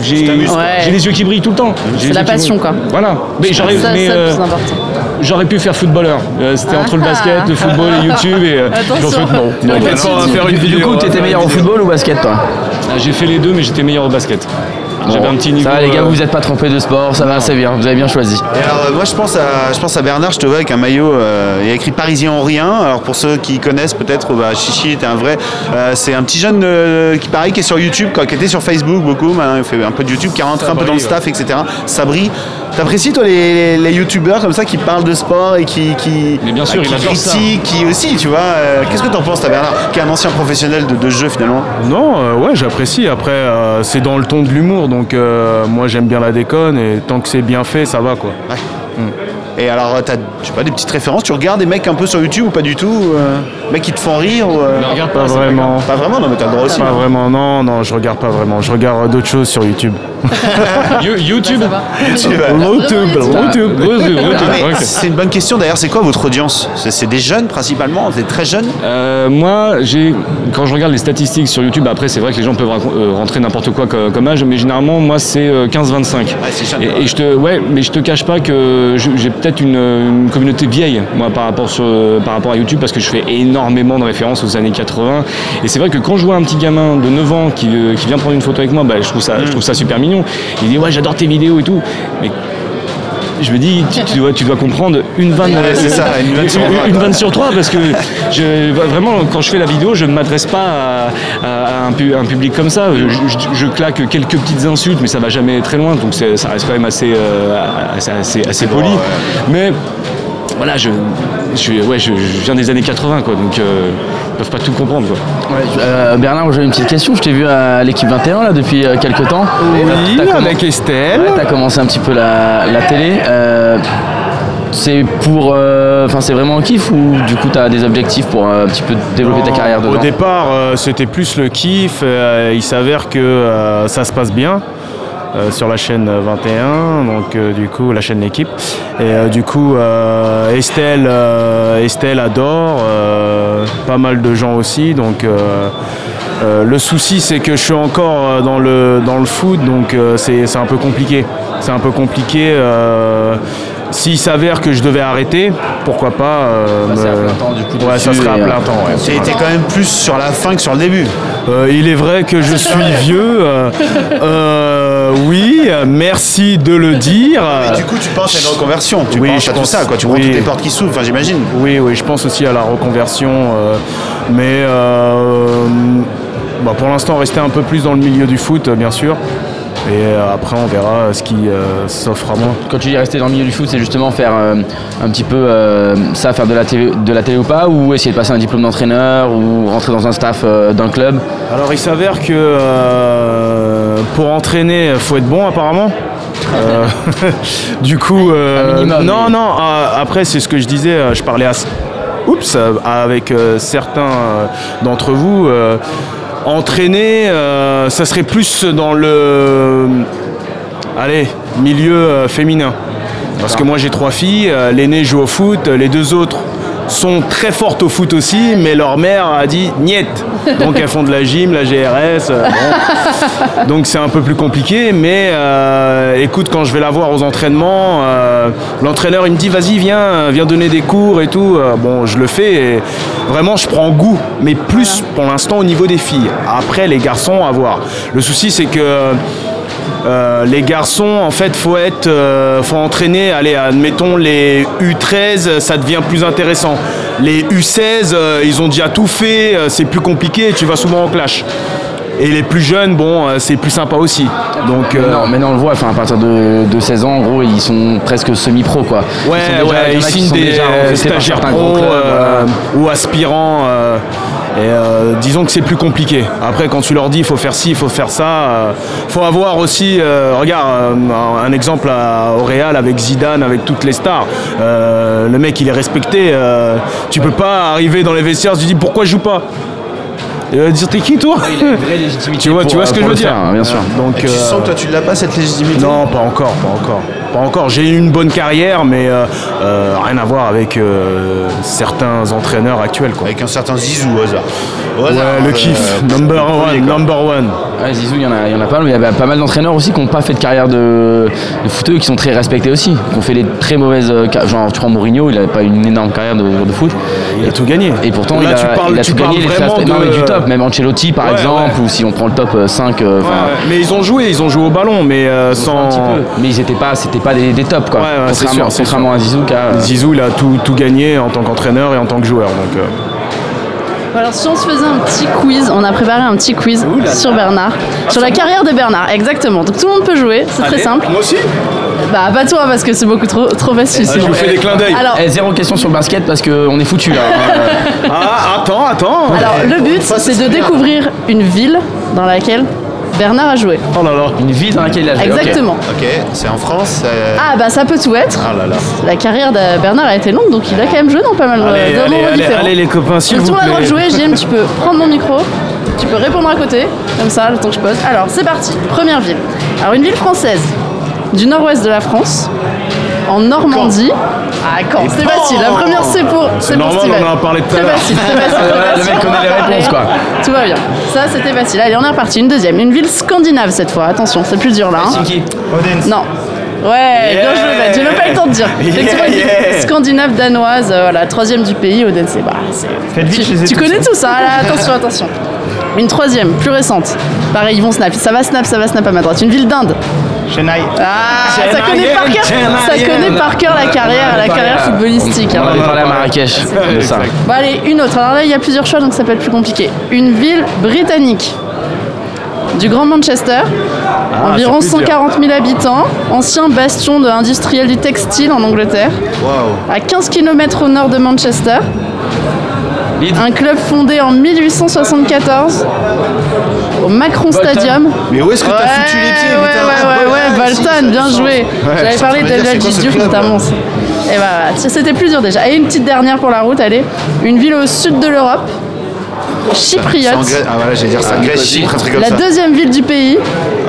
S8: j'ai
S4: Ouais.
S8: j'ai les yeux qui brillent tout le temps. J'ai les
S4: la
S8: yeux qui
S4: passion,
S8: brillent.
S4: quoi.
S8: Voilà. Mais j'aurais,
S4: ça,
S8: mais,
S4: ça,
S8: euh,
S4: le plus important.
S8: j'aurais pu faire footballeur. Euh, C'était entre le
S4: Ah.
S8: basket, le football et YouTube. Et, euh,
S4: Attention.
S8: j'en fais- bon,
S4: Le
S8: bon,
S4: petit
S7: on va faire une
S5: Du- Du
S7: vidéo, on
S5: coup
S7: va
S5: t'étais
S7: faire
S5: meilleur
S7: une
S5: au
S7: vidéo.
S5: football ou au basket toi
S8: Ah, J'ai fait les deux, mais j'étais meilleur au basket. J'avais
S5: Bon,
S8: un petit niveau.
S5: Ça va les gars,
S8: euh,
S5: vous êtes pas trompés de sport, ça va, c'est bien, vous avez bien choisi.
S2: Et alors, euh, moi, je pense, à, je pense à Bernard, je te vois avec un maillot, euh, il y a écrit Parisien en rien. Alors, pour ceux qui connaissent, peut-être, bah, Chichi était un vrai. euh, c'est un petit jeune euh, qui, pareil, qui est sur YouTube, quoi, qui était sur Facebook beaucoup, maintenant, il fait un peu de YouTube, qui est rentré un peu dans le staff, etc. Sabri, t'apprécies, toi, les, les, les YouTubeurs comme ça qui parlent de sport et qui. qui
S8: Mais bien sûr,
S2: qui
S8: il adore ça.
S2: critiquent, qui aussi, tu vois. euh, Qu'est-ce que t'en penses, toi, Bernard, qui est un ancien professionnel de, de jeu, finalement
S7: Non, euh, ouais, j'apprécie. Après, euh, c'est dans le ton de l'humour, donc euh, moi j'aime bien la déconne et tant que c'est bien fait, ça va quoi.
S2: Ouais. Et alors, euh, t'as, je sais pas, des petites références, tu regardes des mecs un peu sur YouTube ou pas du tout euh, Mecs qui te font rire ou, euh,
S8: Non, regarde
S7: Pas
S8: pas, c'est pas
S7: vraiment.
S2: Pas vraiment, non, mais t'as le droit aussi.
S7: Pas vraiment, non, non, je regarde pas vraiment. Je regarde euh, d'autres choses sur YouTube.
S8: grave. You- YouTube.
S2: Tu vas-
S7: YouTube, YouTube.
S8: YouTube,
S2: Ah, mais
S8: YouTube, ok.
S2: C'est une bonne question d'ailleurs, c'est quoi votre audience c'est, c'est des jeunes principalement, des très jeunes
S8: Euh, moi, j'ai quand je regarde les statistiques sur YouTube, après c'est vrai que les gens peuvent racon- euh, rentrer n'importe quoi co- comme âge, mais généralement moi c'est euh, 15-25.
S2: c'est jeune,
S8: et, et je te, ouais, mais je te cache pas que je- j'ai peut-être une, une communauté vieille moi par rapport sur, euh, par rapport à YouTube parce que je fais énormément de références aux années 80. Et c'est vrai que quand je vois un petit gamin de 9 ans qui, euh, qui vient prendre une photo avec moi, bah, je trouve ça, je trouve ça super mignon. Il dit ouais j'adore tes vidéos et tout, mais je me dis, tu, tu dois, tu dois comprendre une vanne,
S2: Ouais, c'est ça, une vanne sur trois,
S8: une
S2: quoi.
S8: vanne sur trois, parce que je, vraiment, quand je fais la vidéo, je ne m'adresse pas à, à- à un, pu- un public comme ça. Je, je- je claque quelques petites insultes, mais ça va jamais très loin, donc c'est- ça reste quand même assez, euh, assez, assez- assez poli. Mais voilà, je, je, suis- ouais, je, je viens des années 80, quoi, donc euh, ils peuvent pas tout comprendre. Quoi.
S5: Euh, Bernard, j'ai une petite question, je t'ai vu à l'équipe 21 là depuis euh, quelques temps. T'as- t'as commen-
S7: Estelle.
S5: Ouais, t'as commencé un petit peu la, la télé. euh, c'est pour. euh, Enfin, c'est vraiment un kiff ou du coup, t'as des objectifs pour euh, un petit peu développer ta
S7: Non,
S5: carrière dedans
S7: Au départ, euh, c'était plus le kiff. euh, il s'avère que euh, ça se passe bien. euh, sur la chaîne 21, donc euh, du coup la chaîne l'équipe. Et euh, du coup euh, Estelle, euh, Estelle adore, euh, pas mal de gens aussi. Donc euh, euh, le souci c'est que je suis encore euh, dans le dans le foot, donc euh, c'est c'est un peu compliqué. C'est un peu compliqué. euh, s'il s'avère que je devais arrêter, pourquoi pas euh,
S5: Passer à
S7: me-
S5: plein temps, du coup,
S7: Ouais,
S5: dessus,
S7: ça serait à
S5: et, euh,
S7: plein temps. ouais.
S2: T'es t'es quand même plus sur la fin que sur le début.
S7: Euh, il est vrai que je suis vieux. euh, euh, oui, euh, merci de le dire.
S2: Et du coup, tu penses à une reconversion, tu
S7: Oui,
S2: penses
S7: je
S2: à tout
S7: pense-
S2: ça, quoi. Tu prends
S7: oui.
S2: toutes les portes qui s'ouvrent, enfin, j'imagine.
S7: Oui, oui, je pense aussi à la reconversion. euh, mais euh, bah, pour l'instant, rester un peu plus dans le milieu du foot, euh, bien sûr. Et euh, après, on verra ce qui euh, s'offre à moi.
S5: Quand tu dis rester dans le milieu du foot, c'est justement faire euh, un petit peu euh, ça, faire de la, télé, de la télé ou pas, ou essayer de passer un diplôme d'entraîneur, ou rentrer dans un staff euh, d'un club.
S7: Alors il s'avère que euh, pour entraîner, faut être bon apparemment. Euh, du coup, euh,
S5: Un minimum,
S7: non,
S5: oui.
S7: non. a- après, c'est ce que je disais. euh, Je parlais à, oups, euh, avec euh, certains euh, d'entre vous. euh, entraîner, euh, ça serait plus dans le, allez, milieu euh, féminin. Parce que moi j'ai trois filles, euh, l'aînée joue au foot, les deux autres sont très fortes au foot aussi, mais leur mère a dit niette. Donc elles font de la gym, la GRS. euh, bon. Donc c'est un peu plus compliqué, mais euh, écoute, quand je vais la voir aux entraînements, euh, l'entraîneur il me dit vas-y viens, euh, viens donner des cours et tout. Euh, bon, je le fais et vraiment je prends goût, mais plus pour l'instant au niveau des filles. Après les garçons à voir. Le souci c'est que euh, les garçons, en fait, faut être, euh, faut entraîner. Allez, admettons les U13, ça devient plus intéressant. Les U16, euh, ils ont déjà tout fait, euh, c'est plus compliqué. Tu vas souvent en clash. Et les plus jeunes, bon, euh, c'est plus sympa aussi. Donc, euh,
S5: Non, maintenant on le voit, enfin, à partir de, de 16 ans, en gros, ils sont presque semi-pro quoi.
S7: ouais,
S5: ils sont déjà,
S7: ouais,
S5: il y en
S7: ils
S5: a qui
S7: signent
S5: sont
S7: des
S5: déjà
S7: euh,
S5: recrutés par
S7: stagiaires
S5: certains
S7: pro
S5: gros clubs,
S7: euh,
S5: voilà.
S7: ou aspirants. euh, et euh, disons que c'est plus compliqué. Après, quand tu leur dis, il faut faire ci, il faut faire ça, euh, faut avoir aussi, euh, regarde, euh, un- un exemple à, au Real avec Zidane, avec toutes les stars. Euh, le mec, il est respecté. euh, tu peux pas arriver dans les vestiaires, tu dis pourquoi je joue pas. Il va dire t'es qui toi Tu vois,
S5: pour,
S7: tu vois
S5: euh,
S7: ce
S5: pour
S7: que je veux
S5: le
S7: dire.
S5: faire, hein, bien sûr.
S7: Donc,
S2: Et tu
S7: euh,
S2: sens que toi, tu l'as pas cette légitimité.
S7: non, pas encore, pas encore. Pas encore. J'ai eu une bonne carrière, mais euh, euh, rien à voir avec euh, certains entraîneurs actuels. Quoi.
S2: Avec un certain zizou au hasard. Au
S7: Ouais,
S2: hasard,
S7: le
S2: euh,
S7: kiff, number one, number one.
S5: Ouais, Zizou, il y, en a- il y en a pas mal, mais il y a pas mal d'entraîneurs aussi qui n'ont pas fait de carrière de, de footeux, qui sont très respectés aussi, qui ont fait des très mauvaises. euh, car- Genre, tu prends Mourinho, il n'avait pas une énorme carrière de joueur de foot.
S7: Il a tout gagné.
S5: Et pourtant,
S7: Là,
S5: il a,
S7: tu parles,
S5: il a
S7: tu
S5: tout
S7: parles
S5: gagné, il était
S7: vraiment
S5: resté- non,
S7: de-
S5: mais du top, même Ancelotti par
S7: Ouais,
S5: exemple,
S7: ouais.
S5: ou si on prend le top euh, 5,
S7: Ouais, ouais. Mais ils ont joué, ils ont joué au ballon, mais euh, sans.
S5: Mais ils n'étaient pas, c'était pas des, des tops quoi.
S7: Ouais, ouais, c'est
S5: contrairement,
S7: sûr, c'est
S5: contrairement à Zizou qui a. euh,
S7: Zizou, il a tout, tout gagné en tant qu'entraîneur et en tant que joueur. Donc, euh,
S4: Alors si on se faisait un petit quiz, on a préparé un petit quiz sur Bernard, sur la carrière de Bernard, exactement. Donc tout le monde peut jouer, c'est très simple.
S7: Moi aussi Ah,
S4: Bah pas toi parce que c'est beaucoup trop trop facile.
S7: Je
S4: sinon.
S7: vous fais des clins d'œil.
S4: Alors,
S5: eh, zéro question sur le basket parce qu'on est foutu là. euh,
S7: Ah, attends, attends
S4: alors le but
S2: fois,
S4: c'est
S2: Eh, c'est
S4: de
S2: bien.
S4: découvrir une ville dans laquelle Bernard a joué.
S7: Oh là là
S5: Une ville dans laquelle il a joué. ok.
S4: Exactement.
S2: Ok, c'est en France. euh,
S4: Ah bah ça peut tout être.
S2: Ah là là.
S4: La carrière de Bernard a été longue donc il a quand même joué dans pas mal de
S7: Allez,
S4: de
S7: allez,
S4: moments
S7: allez,
S4: différents.
S7: allez, les copains, s'il
S4: Donc tout
S7: vous
S4: le monde a le droit de
S7: plaît.
S4: jouer, Jim, tu peux prendre mon micro, tu peux répondre à côté, comme ça, le temps que je pose. Alors, c'est parti, première ville. Alors, une ville française, du nord-ouest de la France, en Normandie. Ah, Caen, c'est facile, la première c'est pour. C'est pour
S7: normal,
S4: Steven.
S7: on en a parlé tout à
S4: C'est
S7: l'heure.
S4: facile, c'est facile. c'est
S5: Voilà, le
S4: facile,
S5: mec
S4: on
S5: connaît
S4: va
S5: les
S4: parler.
S5: réponses, quoi.
S4: Tout va bien. Ça, c'était facile. Allez, on est reparti, une deuxième. Une ville scandinave cette fois, attention, c'est plus dur là. hein.
S5: Helsinki.
S4: Non. Ouais, bien joué, Ben. J'ai même pas eu le temps de dire. Effectivement, une ville Scandinave, danoise, euh, voilà, troisième du pays, Odense. Bah, c'est-
S6: vite, je
S4: tu,
S6: les ai
S4: tu
S6: tous. hein.
S4: connais tout ça, là, attention, attention. Une troisième, plus récente. Pareil, ils vont snap. Ça va snap, ça va snap à ma droite. Une ville d'Inde.
S6: Chennai.
S4: Ah, ça
S7: Chennai,
S4: connaît par cœur, ça
S7: Chennai.
S4: connaît par cœur la carrière, la carrière footballistique.
S5: On
S4: hein. Ah.
S5: va aller parler à Marrakech de ça.
S4: Bon, allez, une autre. Alors là, il y a plusieurs choix, donc ça peut être plus compliqué. Une ville britannique. Du Grand Manchester, environ
S7: Ah, c'est plus dur.
S4: 140 000 habitants, ancien bastion de industriel du textile en Angleterre,
S2: Waouh.
S4: à 15 km au nord de Manchester.
S5: Leeds.
S4: Un club fondé en 1874 au Macron Stadium.
S2: Mais où est-ce que t'as foutu les pieds,
S4: ouais,
S2: putain
S4: ouais, ouais, ouais, bah Walton, bien joué.
S2: Je
S4: J'avais parlé de
S2: voulais dire,
S4: Daniel
S2: c'est quoi ce
S4: Duke
S2: club
S4: notamment. Et bah, voilà, Ça, c'était plus dur déjà. Et une petite dernière pour la route, allez. Une ville au sud de l'Europe,
S2: C'est en
S4: chypriote,
S2: Grèce- Ah voilà, j'allais dire ça. Grèce, Chypre, un truc comme
S4: la
S2: ça.
S4: deuxième ville du pays,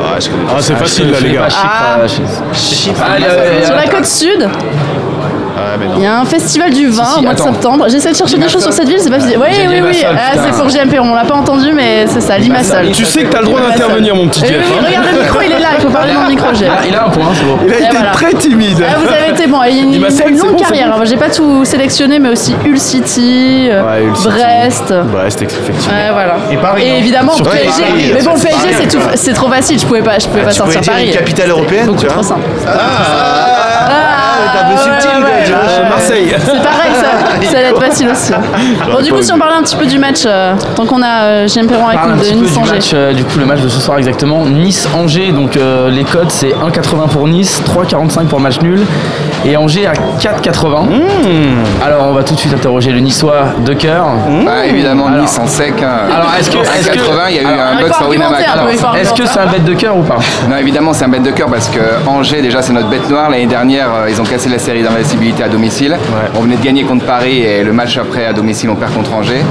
S2: Ah, je connais pas.
S7: Ah, c'est facile là, les gars.
S5: euh,
S4: sur la côte sud.
S2: Ah, mais non.
S4: Il y a un festival du vin
S5: si,
S4: au mois
S5: attends.
S4: de septembre. J'essaie de chercher des choses sur cette ville, c'est pas possible. Oui,
S5: J'ai dit
S4: oui, oui.
S5: Limassol,
S4: Ah,
S5: putain.
S4: c'est pour GMP, on l'a pas entendu, mais c'est ça, Limassol.
S7: Tu sais que t'as le droit d'intervenir, mon petit
S4: Eh oui,
S7: Jeff.
S4: oui,
S7: hein.
S4: regarde le micro, il est là, il faut parler dans le micro, Jeff.
S5: Il a un point, c'est bon.
S7: Il a été
S4: voilà.
S7: très timide.
S4: Ah, vous avez été bon, il y a une,
S7: Limassol,
S4: une
S7: c'est
S4: longue
S7: bon, c'est
S4: carrière.
S7: bon.
S4: Alors, J'ai pas tout sélectionné, mais aussi Hull City, euh,
S7: Ouais, Hull City.
S4: Brest.
S2: Bah,
S7: Brest, effectivement.
S4: Ouais, voilà.
S2: Et Paris, hein.
S4: évidemment,
S2: Surtout
S4: PSG.
S2: Paris,
S4: mais bon,
S2: c'est
S4: PSG,
S2: Paris,
S4: c'est, tout-
S2: quoi.
S4: c'est trop facile, je pouvais pas, je pouvais pas
S2: tu
S4: sortir
S2: pouvais dire
S4: Paris.
S2: une capitale
S4: C'était
S2: européenne,
S4: beaucoup
S2: tu vois.
S4: trop simple.
S2: Ah, t'as un peu
S4: ouais,
S2: subtil,
S4: ouais,
S2: quoi, tu vois.
S4: ouais.
S7: Euh, Marseille.
S4: C'est pareil, ça, ça allait être facile aussi. Bon, du coup, si on parlait un petit peu du match, euh, tant qu'on a euh, GM Perron avec
S5: Parle un
S4: nous
S5: petit
S4: de
S5: peu
S4: Nice
S5: du
S4: Angers.
S5: match, euh, du coup le match de ce soir exactement. Nice-Angers, donc euh, les codes c'est 1,80 pour Nice, 3,45 pour le match nul et Angers à 4,80.
S9: Mmh.
S5: Alors on va tout de suite interroger le Niçois de cœur.
S9: Ah, évidemment,
S5: Alors-
S9: Nice en sec. hein.
S5: Alors, est-ce que-
S9: À
S5: est-ce que-
S9: 80, il y a eu
S5: Alors,
S9: un
S4: il
S9: bug
S4: faut
S9: sur Winamax.
S4: argumenter un peu,
S9: Alors,
S4: il faut
S5: Est-ce que c'est un bête de cœur ou pas
S9: Non, évidemment, c'est un bête de cœur parce que Angers, déjà, c'est notre bête noire. L'année dernière, euh, ils ont cassé la série d'invincibilité à domicile. On venait de gagner contre Paris et le match après à domicile, on perd contre Angers.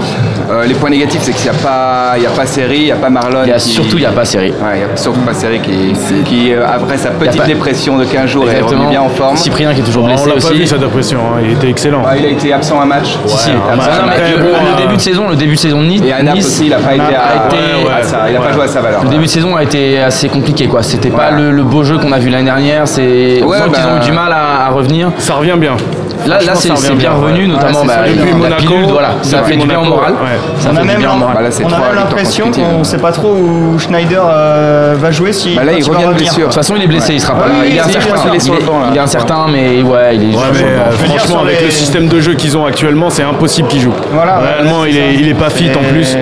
S9: Euh, les points négatifs, c'est qu'il n'y a, pas- il y a pas série, il n'y a pas Marlon.
S5: Il y a,
S9: qui-
S5: Surtout il n'y a pas série.
S9: Ouais, il y a surtout pas série qui, qui, euh, après sa petite
S5: pas-
S9: dépression de 15 jours, est revenu bien en forme.
S5: Cyprien qui est toujours
S7: On
S5: blessé
S7: l'a pas
S5: aussi.
S7: vu, cette impression. hein. Il était excellent.
S9: Ah, il a été absent un match.
S5: Si, si.
S7: un
S5: Ah,
S7: match,
S5: non, mais
S7: après,
S5: le,
S7: ouais.
S5: le début de saison, le début de saison de Nice,
S9: Et à Naples
S5: Nice,
S9: aussi, il n'a pas été à,
S5: a été-
S9: à ça, il a pas joué à sa valeur.
S5: le début de saison a été assez compliqué quoi. C'était pas
S9: Voilà.
S5: le, le beau jeu qu'on a vu l'année dernière. C'est
S9: Ouais,
S5: ils ont
S9: bah-
S5: eu du mal à- à revenir.
S7: Ça revient bien.
S5: Là, là
S7: Franchement,
S5: c'est
S7: ça
S5: c'est
S7: revient
S5: bien
S7: bien,
S5: revenu,
S7: ouais.
S5: notamment
S9: Ouais,
S5: bah,
S9: c'est ça.
S7: Depuis
S5: la
S7: Monaco,
S5: pilule, voilà,
S7: depuis
S5: ça fait du bien au
S7: Monaco,
S5: moral.
S7: ouais.
S5: Ça
S6: On a
S5: fait du
S6: même bah,
S5: bien au
S6: l'im-
S5: moral.
S9: Voilà, Bah, c'est
S6: on a
S9: trois
S6: même
S9: victoires
S6: l'impression
S9: consécutives.
S6: qu'on ne sait pas trop où Schneider euh, va jouer si
S9: Bah là,
S6: quand
S9: il revient
S6: va
S9: de
S6: revenir.
S5: De
S9: blessure.
S5: toute façon, il est blessé, il sera pas
S6: Oui,
S5: là.
S6: oui,
S5: Il est
S6: c'est
S5: incertain.
S6: sûr,
S9: il est sur le
S5: Il est-
S9: banc, là.
S5: il est incertain, mais ouais, il est
S7: Ouais,
S5: juste
S7: mais
S5: sur le banc.
S7: euh,
S6: dire
S7: franchement,
S6: sur
S7: avec
S6: les-
S7: le système de jeu qu'ils ont actuellement, c'est impossible qu'ils jouent.
S6: Voilà,
S7: Réellement,
S6: ouais,
S7: il,
S6: c'est
S7: est,
S6: ça.
S7: il est pas fit en plus.
S6: Et-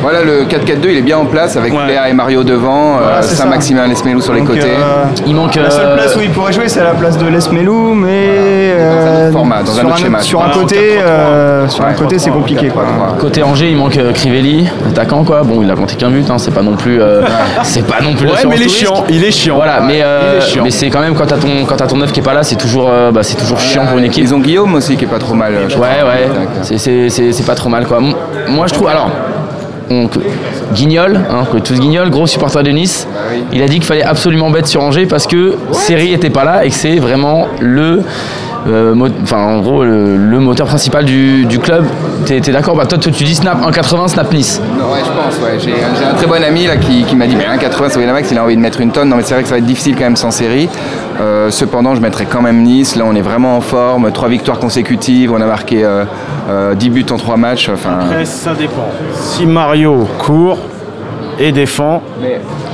S9: Voilà, le 4-4-2, il est bien en place avec
S7: Ouais.
S9: Léa et Mario devant,
S6: Voilà, Ah, c'est ça.
S9: Saint-Maximin Lesmelou euh, sur les
S6: Donc,
S9: côtés.
S6: euh,
S5: Il manque.
S6: La seule
S5: euh,
S6: place où il pourrait jouer, c'est la place de Lesmelou, mais euh,
S9: autre format, dans un
S6: sur
S9: autre schéma.
S6: Sur un
S9: Voilà,
S6: côté, euh, sur un
S9: Ouais,
S6: côté, c'est compliqué. Quoi.
S5: Côté Angers, il manque euh, Crivelli, attaquant quoi. Bon, il a planté qu'un but, hein, c'est pas non plus, euh, c'est pas non plus.
S7: Ouais, mais
S5: l'assurance
S7: il est
S5: tout risque.
S7: chiant. Il est chiant.
S5: Voilà, mais euh,
S7: Il est chiant.
S5: mais c'est quand même quand t'as ton quand t'as ton neuf qui est pas là, c'est toujours euh, bah, c'est toujours chiant pour une équipe.
S9: Ils ont Guillaume aussi qui est pas trop mal. je crois.
S5: Ouais, ouais,
S9: D'accord.
S5: c'est- c'est- c'est c'est pas trop mal quoi. M- Moi je trouve. Alors, on, que- Guignol, hein, que tous Guignol, gros supporter de Nice, il a dit qu'il fallait absolument bête sur Angers parce que Série était pas là et que c'est vraiment le. euh, mo- Enfin, en gros, le, le moteur principal du, du club. T'es t'es d'accord Bah, toi, toi, tu dis Snap 1,80, Snap Nice.
S9: Ouais, je pense, ouais. J'ai euh, j'ai un très bon ami là, qui, qui m'a dit, ben, mais 1,80 sur Winamax, il a envie de mettre une tonne. Non, mais c'est vrai que ça va être difficile quand même sans série. Euh, cependant, je mettrai quand même Nice. Là, on est vraiment en forme. Trois victoires consécutives. On a marqué euh, euh, 10 buts en 3 matchs. Enfin,
S7: Après, ça dépend. Si Mario court et défend.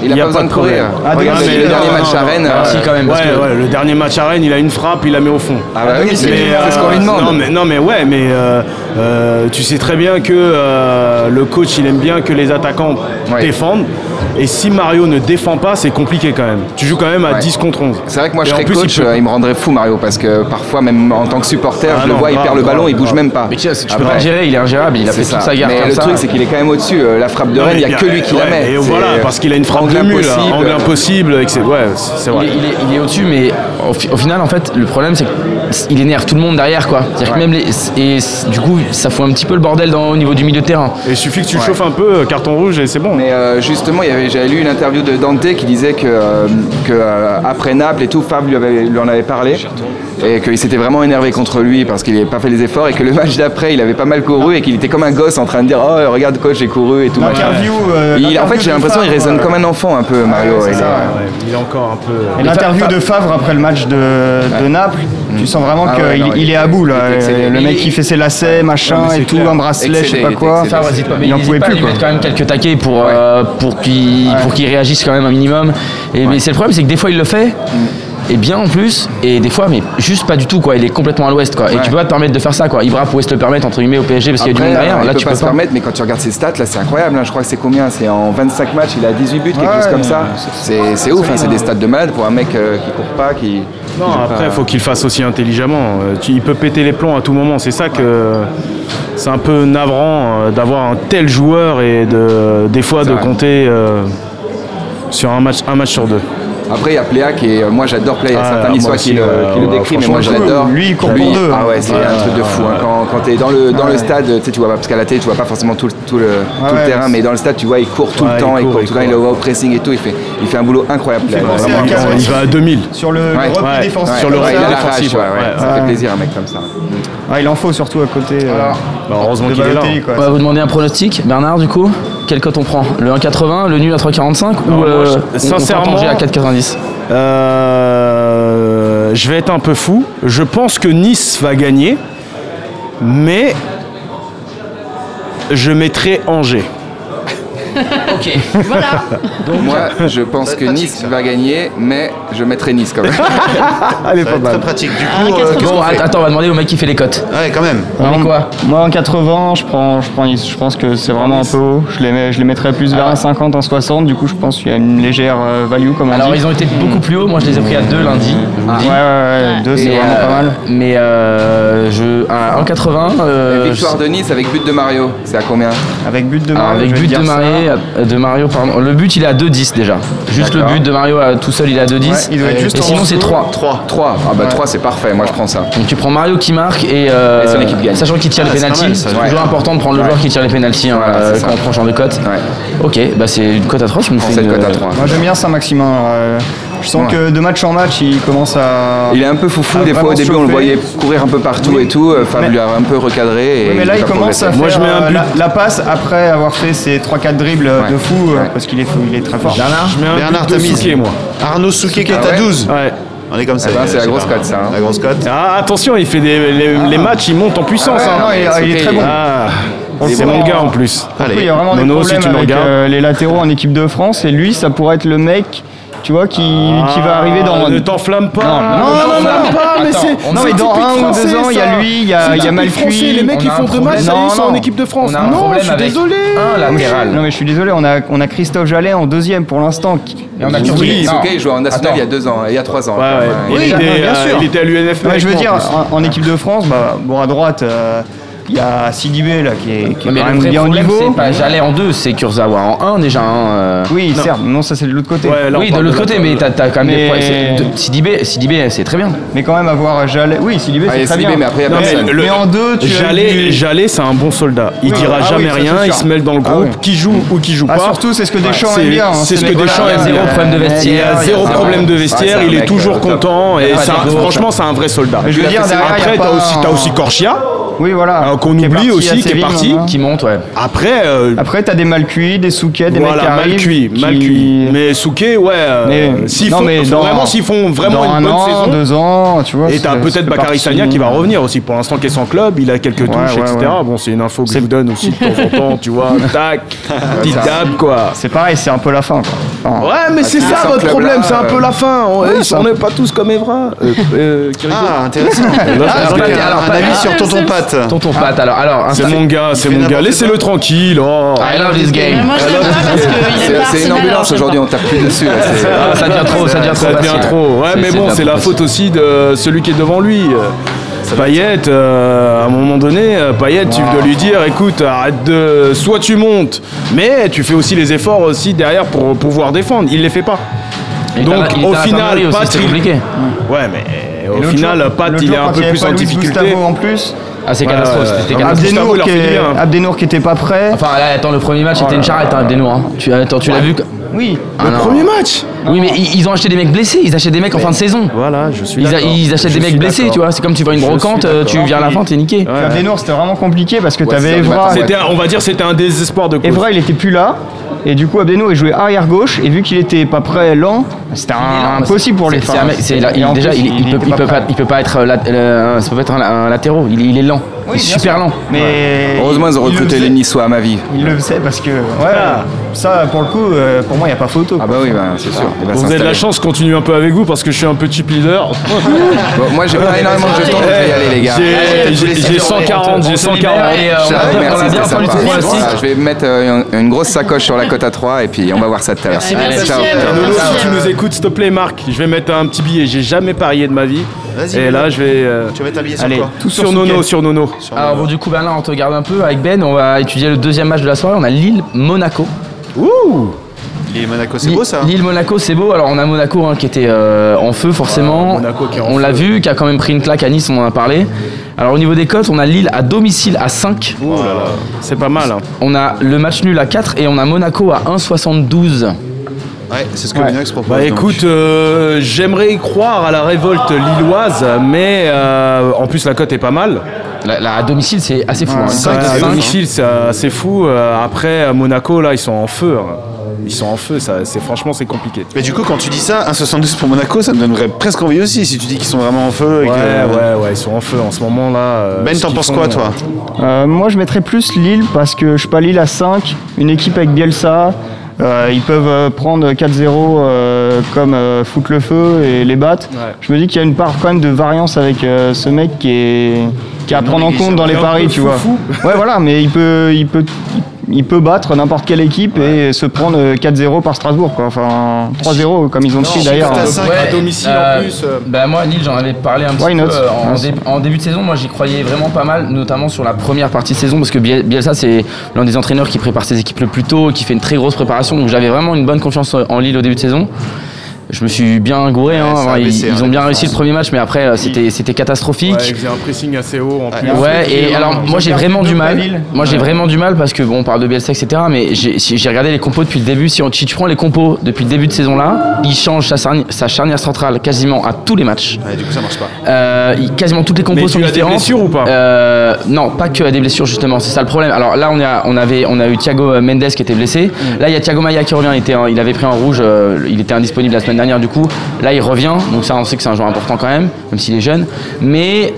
S9: il n'a
S7: y
S9: pas
S7: a
S9: besoin
S7: pas
S9: de
S7: de
S9: courir.
S7: problème.
S9: Regardez
S7: Ah, mais
S9: le
S7: non,
S9: dernier
S7: non,
S9: match à
S7: non.
S9: Rennes.
S5: Ah,
S9: euh,
S5: si, quand même. parce
S7: ouais,
S5: que-
S7: ouais, le dernier match à Rennes, il a une frappe, il la met au fond.
S9: Ah bah oui, c'est
S7: Mais,
S9: c'est ce qu'on lui
S7: euh,
S9: demande.
S7: Non mais, non, mais ouais, mais euh, euh, tu sais très bien que euh, le coach, il aime bien que les attaquants
S9: Ouais.
S7: défendent. Et si Mario ne défend pas, c'est compliqué quand même. Tu joues quand même à
S9: Ouais.
S7: 10 contre 11.
S9: C'est vrai que moi
S7: Et
S9: je
S7: en
S9: serais
S7: plus,
S9: coach,
S7: il peut-
S9: euh, il me rendrait fou Mario parce que parfois même en tant que supporter,
S7: Ah
S9: je le
S7: non,
S9: vois, il
S7: grave,
S9: perd le
S7: grave,
S9: ballon, il bouge
S7: grave.
S9: même pas.
S5: Mais tu, sais, tu peux
S9: Après,
S5: pas le gérer, il est ingérable, il a
S9: c'est
S5: fait bah toute
S9: ça.
S5: sa garde
S9: Mais
S5: comme
S9: le
S5: ça.
S9: truc c'est qu'il est quand même au-dessus. euh, La frappe de
S7: Non,
S9: Rennes,
S7: mais
S9: il n'y a que lui qui la
S7: ouais,
S9: met.
S7: et
S9: C'est,
S7: voilà,
S9: euh,
S7: parce qu'il a une frappe
S9: angle
S7: de mule, hein,
S9: impossible.
S7: angle impossible. et que c'est- Ouais, c'est c'est vrai.
S5: Il est, il est- il est au-dessus, mais au, fi- au final, en fait, le problème, c'est qu'il énerve tout le monde derrière, quoi. C'est-à-dire que même les, et c- du coup, ça fout un petit peu le bordel dans- au niveau du milieu de terrain.
S7: Et il suffit que tu le chauffes un peu, euh, carton rouge, et c'est bon.
S9: Mais euh, justement, il y avait- j'avais lu une interview de Dante qui disait que, euh, que, euh, après Naples et tout, Fab lui, avait- lui en avait parlé et qu'il s'était vraiment énervé contre lui parce qu'il n'avait pas fait les efforts et que le match d'après, il avait pas mal couru et qu'il était comme un gosse en train de dire Oh, regarde, coach, j'ai couru et tout. machin.
S6: L'interview, euh,
S9: Il- en
S6: l'interview
S9: fait, j'ai
S6: de
S9: l'impression qu'il
S6: Favre,
S9: résonne
S6: euh,
S9: comme un enfant un peu, Mario.
S6: c'est
S9: Il est-
S6: ça, ouais.
S7: Ouais, il est encore un peu.
S6: Et l'interview de Favre après le match de, de Naples, tu sens vraiment
S9: Ah
S6: qu'il
S9: ouais, non,
S6: il
S9: il
S6: est à bout là.
S9: il était excédé.
S6: Le mec
S5: Il-
S6: qui fait ses lacets, machin et tout, un bracelet, je sais
S9: Excédé,
S6: pas
S9: il était
S6: quoi.
S9: excédé.
S5: Favre hésite pas, mais
S6: Il en
S5: hésite
S6: pouvait
S5: pas à
S6: plus,
S5: lui
S6: quoi.
S5: mettre quand même quelques taquets pour, euh, pour qu'il pour qu'il réagisse quand même un minimum. Et, Mais c'est le problème, c'est que des fois il le fait. Et bien en plus, et des fois, mais juste pas du tout, quoi. Il est complètement à l'ouest, quoi. Et tu peux pas te permettre de faire ça, quoi. Ibra pouvait se le permettre, entre guillemets, au PSG, parce qu'il y a du
S9: Après,
S5: monde
S9: euh,
S5: derrière.
S9: il
S5: Là,
S9: peut
S5: tu
S9: pas
S5: peux
S9: se
S5: pas.
S9: permettre, mais quand tu regardes ses stats, là, c'est incroyable. hein. Je crois que c'est combien C'est en 25 matchs, il a 18 buts, quelque chose comme ça. C'est c'est ouf, hein, c'est des stats de malade pour un mec euh, qui court pas, qui.
S7: Non, après, il faut qu'il fasse aussi intelligemment. Euh, tu- Il peut péter les plombs à tout moment. C'est ça que c'est un peu navrant euh, d'avoir un tel joueur et de, des fois de
S9: vrai.
S7: compter euh, sur un match, un match sur deux.
S9: Après, il y a Pléa qui est. Moi, j'adore Pléa. Il y a
S7: Ah,
S9: certains
S7: moi
S9: niçois
S7: aussi,
S9: qui, le-
S7: ouais,
S9: qui le
S7: ouais,
S9: décrit, mais moi, je
S7: franchement,
S9: l'adore.
S7: lui, il court pour deux, hein.
S9: Ah ouais, c'est un truc de fou. hein. Quand, quand t'es dans le, dans le stade, tu sais, tu vois pas, parce qu'à la télé, tu vois pas forcément tout, le- tout le, tout le
S7: Ah ouais,
S9: terrain,
S7: c'est-
S9: mais dans le stade, tu vois, il court tout
S7: Ouais,
S9: le temps,
S7: il
S9: il
S7: court,
S9: court
S7: il
S9: tout le temps, il
S7: court.
S9: est au pressing et tout. Il fait, il fait un boulot incroyable. Pléa.
S2: penser à
S9: Vraiment,
S2: Casper.
S7: Il va à 2000.
S6: Sur le, le
S9: Ouais.
S6: repli
S7: Ouais.
S6: défensif.
S9: ouais,
S7: sur le
S9: ouais, il
S7: rail
S9: a la
S7: défensif,
S9: rage, ouais,
S7: ouais.
S9: ouais, Ça
S6: Ouais.
S9: fait plaisir, un mec comme ça.
S6: Ah, il en faut surtout à côté. euh,
S7: Bah, heureusement
S6: de
S7: qu'il est là.
S6: Balotelli, quoi.
S5: On va vous demander un pronostic. Bernard, du coup, quel cote on prend Le 1,80, le nul à 3,45
S7: Non,
S5: ou
S7: moi,
S5: euh,
S7: je-
S5: on- on peut
S7: sincèrement-
S5: engranger à 4,90
S7: Euh, je vais être un peu fou. Je pense que Nice va gagner, mais je mettrai Angers.
S5: Ok.
S4: Voilà.
S9: Moi, je pense que Nice va gagner, mais je mettrai Nice quand même.
S6: Allez, pas mal.
S2: Très pratique. Du
S4: Un
S2: coup, euh,
S4: 80.
S5: Bon, att- attends, on va demander au mec qui fait les cotes.
S2: ouais, quand même.
S5: On
S6: Hein
S5: met quoi
S6: Moi, en 80, je prends, je prends Nice. Je pense que c'est vraiment un peu haut. Je les, mets, je les mettrais plus vers un 50, un 60. Du coup, je pense qu'il y a une légère euh, value, comme on
S5: Alors,
S6: dit.
S5: ils ont été beaucoup plus hauts. Moi, je les ai pris à 2 lundi. je vous le dis.
S6: Ah, Ouais, ouais, ouais. Deux, c'est
S5: Mais,
S6: vraiment
S5: euh,
S6: pas mal.
S5: Mais euh, je, à 1,80. euh,
S9: Victoire de Nice avec but de Mario, c'est à combien
S6: Avec but de
S5: Alors,
S6: Mario,
S5: avec
S6: je vais
S5: but
S6: te
S5: de
S6: dire ça.
S5: Mario, de Mario pardon. le but il est à 2-10 déjà. Juste le
S9: D'accord.
S5: but de Mario à- tout seul il est à 2-10.
S6: Ouais, il doit être juste
S5: et
S6: en
S5: sinon c'est
S6: dessous.
S5: 3.
S9: 3. Ah bah 3 c'est parfait, moi je prends ça.
S5: Donc tu prends Mario qui marque et, euh,
S9: Et son équipe gagne.
S5: sachant qu'il tire les
S2: c'est pas
S5: pénalties,
S2: mal,
S5: Ah, c'est
S2: ça.
S5: toujours
S9: Ouais.
S5: important de prendre le joueur qui tire les pénalties hein,
S9: Voilà, c'est
S5: euh,
S9: ça.
S5: quand on prend ce genre de cote.
S9: Ouais.
S5: Ok, bah c'est une cote à 3, tu me
S9: Prends
S5: fais
S9: cette
S5: une- euh,
S9: cote à 3.
S6: Moi, j'aime bien Saint-Maximin. alors, euh, je sens
S9: Ouais.
S6: que de match en match, il commence à.
S9: Il est un peu foufou,
S6: Ah,
S9: des fois
S6: vraiment
S9: au début on le
S6: chauffé.
S9: voyait courir un peu partout et tout, euh, Fab
S6: Mais-
S9: lui a un peu recadré et
S6: Oui, mais là,
S9: a
S6: il commence
S9: progressé.
S6: à faire
S7: Moi, je mets un
S6: euh,
S7: but.
S6: La, la passe après avoir fait ses 3-4 dribbles euh,
S9: Ouais.
S6: de fou, euh,
S9: Ouais.
S6: parce qu'il est, fou- il est très fort.
S7: Je mets un
S2: Bernard,
S7: but de
S2: t'as mis.
S7: Souquet, moi.
S2: Arnaud Souquet qui est
S9: Ah
S2: à
S9: ouais
S2: 12.
S7: Ouais.
S2: On est comme ça.
S9: Eh ben, c'est
S2: euh,
S9: la grosse
S2: pas-
S9: cote, ça, hein.
S2: La grosse cote.
S7: Ah, attention, il fait des, les, les matchs, il monte en puissance.
S6: Ah,
S7: hein.
S6: non, il, il est très bon.
S7: Ah,
S6: On le
S7: c'est
S6: sent.
S7: mon gars en plus.
S6: Du coup, il y a vraiment
S7: Nono, si
S6: des problèmes
S7: tu nous
S6: avec
S7: regardes.
S6: euh, les latéraux en équipe de France, et lui, ça pourrait être le mec, tu vois, qui, qui va arriver dans.
S7: Ah, Ne t'enflamme pas.
S6: Non, non, non, non, non,
S7: pas, mais c'est.
S6: Non, mais dans un ou deux ans, il y a lui, il y a, il y a Malcuit.
S7: Les mecs, ils
S5: a un
S7: font deux
S5: problème.
S7: matchs, ça y est, ils
S6: Non,
S7: sont en
S6: non.
S7: équipe de France.
S5: On a un
S7: Non, je
S5: problème
S7: suis
S5: avec
S7: désolé.
S5: un latéral.
S6: Non, mais je suis désolé, on a, on a Christophe Jallet en deuxième pour l'instant. qui- Ah
S5: Et on a
S9: Oui,
S5: Kurzawa.
S9: oui,
S5: Non.
S9: Souquet, il jouait en national il y a 2 ans, il y a 3 ans.
S7: Ouais, ouais.
S9: Ouais.
S7: Il,
S6: Oui,
S7: était,
S6: bien
S7: euh,
S6: sûr.
S7: il était à l'UNF.
S6: Non, mais je veux dire, en, en équipe de France, bah, bon, à droite, euh, il y a Sidibé là, qui est, qui est
S5: Mais
S6: quand
S5: le
S6: même
S5: vrai
S6: bien au
S5: problème
S6: niveau.
S5: c'est pas J'allais en 2, c'est Kurzawa en 1 déjà. hein, euh.
S6: Oui, certes, non, ça c'est de l'autre côté.
S7: Ouais, là, on
S5: oui, de
S7: parle
S5: l'autre
S7: de
S5: côté,
S7: la-
S5: euh, mais t'as t'as quand même des
S6: Mais-
S5: problèmes. c'est- de- Sidibé, Sidibé, c'est très bien.
S6: Mais quand même, avoir Jallet. Oui, Sidibé,
S9: Ah, il y
S6: c'est
S9: a
S6: très
S9: Sidibé,
S6: bien.
S9: mais après, il y a
S6: Non, mais
S9: personne.
S6: le-
S7: Le-
S6: Mais en deux, tu as
S7: Jallet,
S6: du-
S7: Jallet, c'est un bon soldat. Il
S6: Oui,
S7: dira
S6: ah
S7: jamais
S6: oui, ça,
S7: rien,
S6: c'est
S7: il
S6: sûr.
S7: se mêle dans le
S6: Ah
S7: groupe,
S6: ouais.
S7: qui joue ou qui joue
S6: Ah,
S7: pas.
S6: surtout, c'est ce que Deschamps
S7: C'est-
S6: aime bien. hein,
S7: C'est ce que
S6: Nicolas.
S7: Deschamps
S5: Il y a
S7: aime
S5: zéro
S7: bien.
S5: problème de
S7: Il
S5: vestiaire.
S7: a
S5: Ah, il y
S7: Ah,
S5: a
S7: zéro
S9: zéro-
S7: problème de
S9: ouais,
S7: vestiaire,
S9: c'est un
S7: il est
S9: mec, euh,
S7: toujours
S9: top.
S7: content et
S9: pas
S7: c'est un-
S9: d'ego.
S7: franchement c'est un vrai soldat.
S6: Je veux
S9: Il a
S6: dire,
S9: fait ses
S6: derrière, il y
S7: Après
S6: a
S7: t'as
S6: pas
S7: aussi, t'as
S6: un-
S7: aussi Corchia,
S6: Oui, voilà.
S7: euh, qu'on
S6: Qui est
S7: oublie
S6: parti
S7: aussi,
S6: à
S7: qui est
S6: Séville,
S7: parti.
S6: maintenant.
S5: Qui monte, ouais.
S7: Après, euh,
S6: Après, t'as des Malcuits, des Souquets, des mecs qui
S7: voilà, mal
S6: arrivent,
S7: cuit,
S6: qui-
S7: mal cuit. Mais Souquet, ouais, euh,
S6: Mais-
S7: s'ils
S6: non,
S7: font,
S6: mais dans-
S7: vraiment, s'ils font
S6: dans
S7: vraiment
S6: un
S7: une bonne
S6: an,
S7: saison,
S6: deux ans, tu vois.
S7: et t'as
S6: c'est- ça
S7: peut-être
S6: fait
S7: Bakary
S6: partie-
S7: Sagna qui va revenir aussi. Pour l'instant, qui est sans club, il a quelques touches,
S6: ouais,
S7: etc.
S6: ouais.
S7: Bon, c'est une info que je vous donne aussi de temps en temps, tu vois. Tac, petite dab, quoi.
S6: C'est pareil, c'est un peu la fin. Quoi. Enfin,
S7: Ouais, mais c'est
S9: si
S7: ça
S9: sans
S7: votre
S9: club,
S7: problème,
S9: là,
S7: c'est un
S9: euh,
S7: peu la fin. On
S6: ouais,
S7: ils
S6: ça-
S7: sont- on n'est pas tous comme Evra. Euh, euh, Kirikou.
S2: Ah, intéressant. Alors,
S5: pas-
S2: alors, un
S5: pas-
S2: avis
S5: ah,
S2: sur Tonton
S4: c'est-
S2: Pat.
S5: Tonton Pat, alors, alors,
S7: c'est
S5: Insta-
S7: mon gars, c'est mon gars.
S2: n'importe
S7: Laissez-le tranquille. oh.
S5: I Ah, love this
S4: Mais
S5: game.
S4: Moi, je l'aime pas parce qu'il aime
S9: C'est
S4: pas
S9: c'est une
S4: Arsenal, alors
S9: ambulance
S4: je sais
S9: aujourd'hui,
S4: pas.
S9: on tape plus dessus. là, c'est-
S5: Ah, ça devient trop, ça devient trop.
S7: Ça devient
S5: facile.
S7: trop. Ouais, mais bon,
S5: de
S7: c'est la
S5: proposition.
S7: faute aussi de celui qui est devant lui. Payette, euh, à un moment donné, euh, Payette, tu dois lui dire, écoute, arrête de, soit tu montes, mais tu fais aussi les efforts aussi derrière pour pouvoir défendre. Il les fait pas.
S5: Il est
S7: Donc,
S5: à- il est
S7: au
S5: à la fin de
S7: final,
S5: Paris aussi,
S7: Pat,
S5: c'est
S7: il-
S5: compliqué.
S7: Ouais, mais au
S6: l'autre
S7: final,
S6: jour-
S7: Pat,
S6: l'autre
S7: il est
S6: jour,
S7: un
S6: quand
S7: peu
S6: il y avait
S7: plus
S6: pas
S7: en
S6: Luis
S7: difficulté.
S6: Gustavo en plus.
S5: Ah, c'est
S7: Ouais,
S5: catastrophe,
S7: ouais.
S5: c'était
S7: Ah,
S5: catastrophe.
S7: Abdenour,
S6: Abdenour,
S7: il leur
S6: qui
S7: fait du
S6: est-
S7: bien, hein.
S6: Abdenour qui était pas prêt.
S5: Enfin, là, attends, le premier match c'était une charrette, hein, Abdenour, hein. Tu, attends, tu l'as vu que-
S6: oui.
S5: Ah, non.
S7: Premier match
S5: Oui, mais ils, ils ont acheté des mecs blessés, ils achètent des mecs en fin de saison.
S7: Voilà, je suis
S5: Ils, a-
S7: d'accord.
S5: ils achètent
S7: Je
S5: des mecs
S7: suis
S5: blessés,
S7: d'accord.
S5: tu vois. C'est comme tu vois une
S7: Je
S5: brocante,
S7: suis
S5: euh, tu
S7: d'accord.
S5: viens à la fin, t'es niqué.
S7: Ouais.
S6: Abdenour, c'était vraiment compliqué parce que
S9: Ouais,
S6: t'avais
S9: c'est un
S6: Evra.
S9: matin,
S7: C'était un- on va dire c'était un désespoir de cause.
S6: Evra, il était plus là. Et du coup, Abdenour, il jouait arrière gauche. Et vu qu'il était pas prêt, lent, c'était un- impossible pour les
S5: C'est- c'est un
S6: femmes.
S5: mec- c'est là- il- Déjà, il, il peut, il peut pas, il peut pas être, euh, lat- euh, ça peut pas être un, un latéraux. Il, est- il est lent, il est super lent.
S6: Mais
S9: Heureusement, ils ont
S6: il le
S9: recruté
S6: faisait.
S9: les Niçois à ma vie.
S6: Il le faisait parce que, ouais, ça pour le coup, euh, pour moi, il n'y a pas photo.
S9: Ah bah oui, bah, c'est sûr. il va
S7: Vous avez de la
S9: s'installer.
S7: chance, je continue un peu avec vous parce que je suis un peu chip leader.
S9: Bon, Moi, j'ai pas énormément de jetons, je vais y aller, les gars.
S7: J'ai- J'ai j'ai 140, j'ai
S5: On se libère
S7: 140.
S5: et, euh, on
S9: Ah,
S5: a- on a
S9: merci,
S5: bien
S9: c'est
S5: entendu
S9: sympa.
S5: tes pronostics.
S9: Voilà, Je vais mettre euh, une, une grosse sacoche sur la cote à 3 et puis on va voir ça tout à l'heure.
S4: Merci, merci,
S9: Ciao.
S4: Ciel.
S7: Lolo,
S4: Merci.
S7: si tu nous écoutes, s'il te plaît, Marc, je vais mettre un petit billet. J'ai jamais parié de ma vie.
S2: Vas-y,
S7: Et là,
S2: Lolo.
S7: je vais. euh,
S2: Tu vas mettre un billet sur
S7: Allez,
S2: quoi
S7: tout sur Nono, sur Nono.
S5: Alors bon, du coup, Bernard, Ah, on te regarde un peu avec Ben. On va étudier le deuxième match de la soirée. On a Lille-Monaco.
S7: Ouh
S2: Lille Monaco, c'est beau ça
S5: Lille Monaco c'est beau. Alors on a Monaco hein, qui était euh, en feu forcément.
S7: Ah, Monaco qui est en
S5: on l'a
S7: feu.
S5: vu, qui a quand même pris une claque à Nice, on en a parlé. Alors au niveau des cotes, on a Lille à domicile à 5,
S7: Ouh là là, c'est pas mal. hein.
S5: on a le match nul à 4 et on a Monaco à 1,72.
S2: Ouais, c'est ce que
S3: Ouais.
S2: Binox propose.
S7: Bah
S2: donc.
S7: écoute, euh, j'aimerais y croire à la révolte lilloise, mais euh, en plus la cote est pas mal.
S5: La, la- à domicile c'est assez fou. hein.
S7: Ouais, à
S5: Cinq,
S7: domicile, c'est assez fou. Euh, Après, à Monaco, là, ils sont en feu. hein. Ils sont en feu, ça, c'est, franchement, c'est compliqué.
S2: Mais du coup, quand tu dis ça, 1,72 pour Monaco, ça me donnerait presque envie aussi si tu dis qu'ils sont vraiment en feu. Et
S7: Ouais,
S2: que...
S7: ouais, ouais, ils sont en feu en ce moment, là. euh,
S2: Ben,
S7: ce
S2: t'en
S7: qu'ils
S2: penses
S7: font,
S2: quoi, toi
S6: Euh, moi, je mettrais plus Lille parce que je suis pas Lille à 5, une équipe avec Bielsa. euh, ils peuvent euh, prendre 4-0 euh, comme euh, foutre le feu et les battre.
S7: Ouais.
S6: Je me dis qu'il y a une part quand même de variance avec euh, ce mec qui est, qui est à prendre en compte dans les
S7: un
S6: paris,
S7: peu
S6: tu vois.
S7: foufou.
S6: Ouais, voilà, mais il peut, il peut, il peut battre n'importe quelle équipe et se prendre euh, 4-0 par Strasbourg, quoi. Enfin, 3-0 comme ils ont pris d'ailleurs.
S2: t'as
S6: hein.
S2: cinq
S5: Ouais,
S7: à domicile
S5: euh,
S7: en plus. euh,
S5: Bah moi Lille j'en avais parlé un petit
S6: Why
S5: peu
S6: not
S5: euh, en,
S6: Ouais.
S5: dé- en début de saison moi j'y croyais vraiment pas mal notamment sur la première partie de saison parce que Biel- Bielsa c'est l'un des entraîneurs qui prépare ses équipes le plus tôt qui fait une très grosse préparation donc j'avais vraiment une bonne confiance euh, en Lille au début de saison je me suis bien gouré hein.
S2: ça a
S5: Enfin, ils,
S2: baissé, hein,
S5: ils
S2: la
S5: ont bien
S2: défense.
S5: réussi le premier match mais après euh, c'était c'était catastrophique
S7: Ouais, ils faisaient un pressing assez haut en plus.
S5: Ouais, et alors moi j'ai vraiment du mal. Moi j'ai vraiment du mal parce que bon, on parle de Bielsa, etc. Mais j'ai si- j'ai regardé les compos depuis le début. Si, on, si tu prends les compos depuis le début de saison là, il change sa charnière, sa charnière centrale quasiment à tous les matchs.
S2: Ouais, du coup, ça marche pas.
S5: Euh, il- quasiment toutes les compos
S7: Mais
S5: sont
S7: tu as des
S5: différentes.
S7: blessures ou pas
S5: Euh, Non, pas que à des blessures justement. C'est ça le problème. Alors là, on a, on avait, on a eu Thiago euh, Mendes qui était blessé.
S7: Mm.
S5: Là, il y a Thiago Maia qui revient. Il, était, en- il avait pris un rouge. euh, il était indisponible la semaine dernière. Du coup, là, il revient. Donc ça, on sait que c'est un joueur important quand même, même s'il est jeune. Mais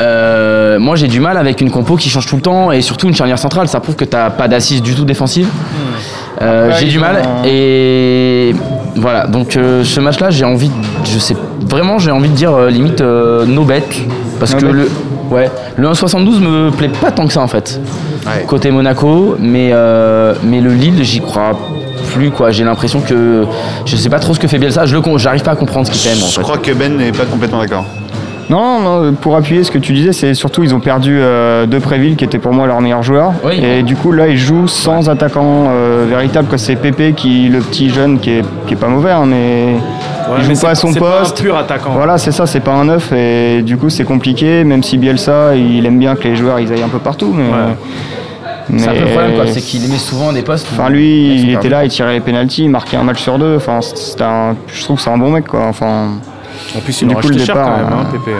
S5: euh, moi, j'ai du mal avec une compo qui change tout le temps et surtout une charnière centrale. Ça prouve que t'as pas d'assise du tout défensive.
S7: Mm.
S5: Euh,
S6: Après,
S5: j'ai du
S6: ils
S5: mal
S6: ont un-
S5: et voilà donc euh, ce match là j'ai envie de- je sais vraiment j'ai envie de dire euh, limite euh, no bet parce
S6: No
S5: que
S6: bet.
S5: le ouais le 1,72 me plaît pas tant que ça en fait
S2: Ouais.
S5: côté Monaco mais euh, mais le Lille j'y crois plus quoi j'ai l'impression que je sais pas trop ce que fait Bielsa je le con- j'arrive pas à comprendre ce qu'il fait moi, en
S2: Je
S5: fait.
S2: crois que Ben n'est pas complètement d'accord.
S6: Non, non, non, pour appuyer ce que tu disais, c'est surtout ils ont perdu euh, Depréville qui était pour moi leur meilleur joueur.
S5: Oui.
S6: Et du coup là ils jouent sans attaquant euh, véritable quoi. C'est Pépé qui le petit jeune qui est, qui est pas mauvais hein, mais
S7: Ouais,
S6: il joue
S7: mais
S6: pas à
S7: c'est-
S6: son
S7: c'est
S6: poste.
S7: un pur attaquant.
S6: Voilà c'est ça, c'est pas un neuf et du coup c'est compliqué même si Bielsa il aime bien que les joueurs ils aillent un peu partout mais, euh,
S5: c'est un peu le
S6: mais-
S5: problème quoi c'est qu'il met souvent à des postes où-
S6: Enfin lui,
S5: Ouais, c'est
S6: il
S5: pas
S6: était là, il tirait les pénalties, il marquait un match sur deux. Enfin, c'était un- je trouve que c'est un bon mec quoi. Enfin,
S7: En plus, il
S6: Du
S7: aura
S6: coup, le
S7: acheté cher
S6: départ,
S7: quand même, hein,
S6: euh,
S7: Pépé.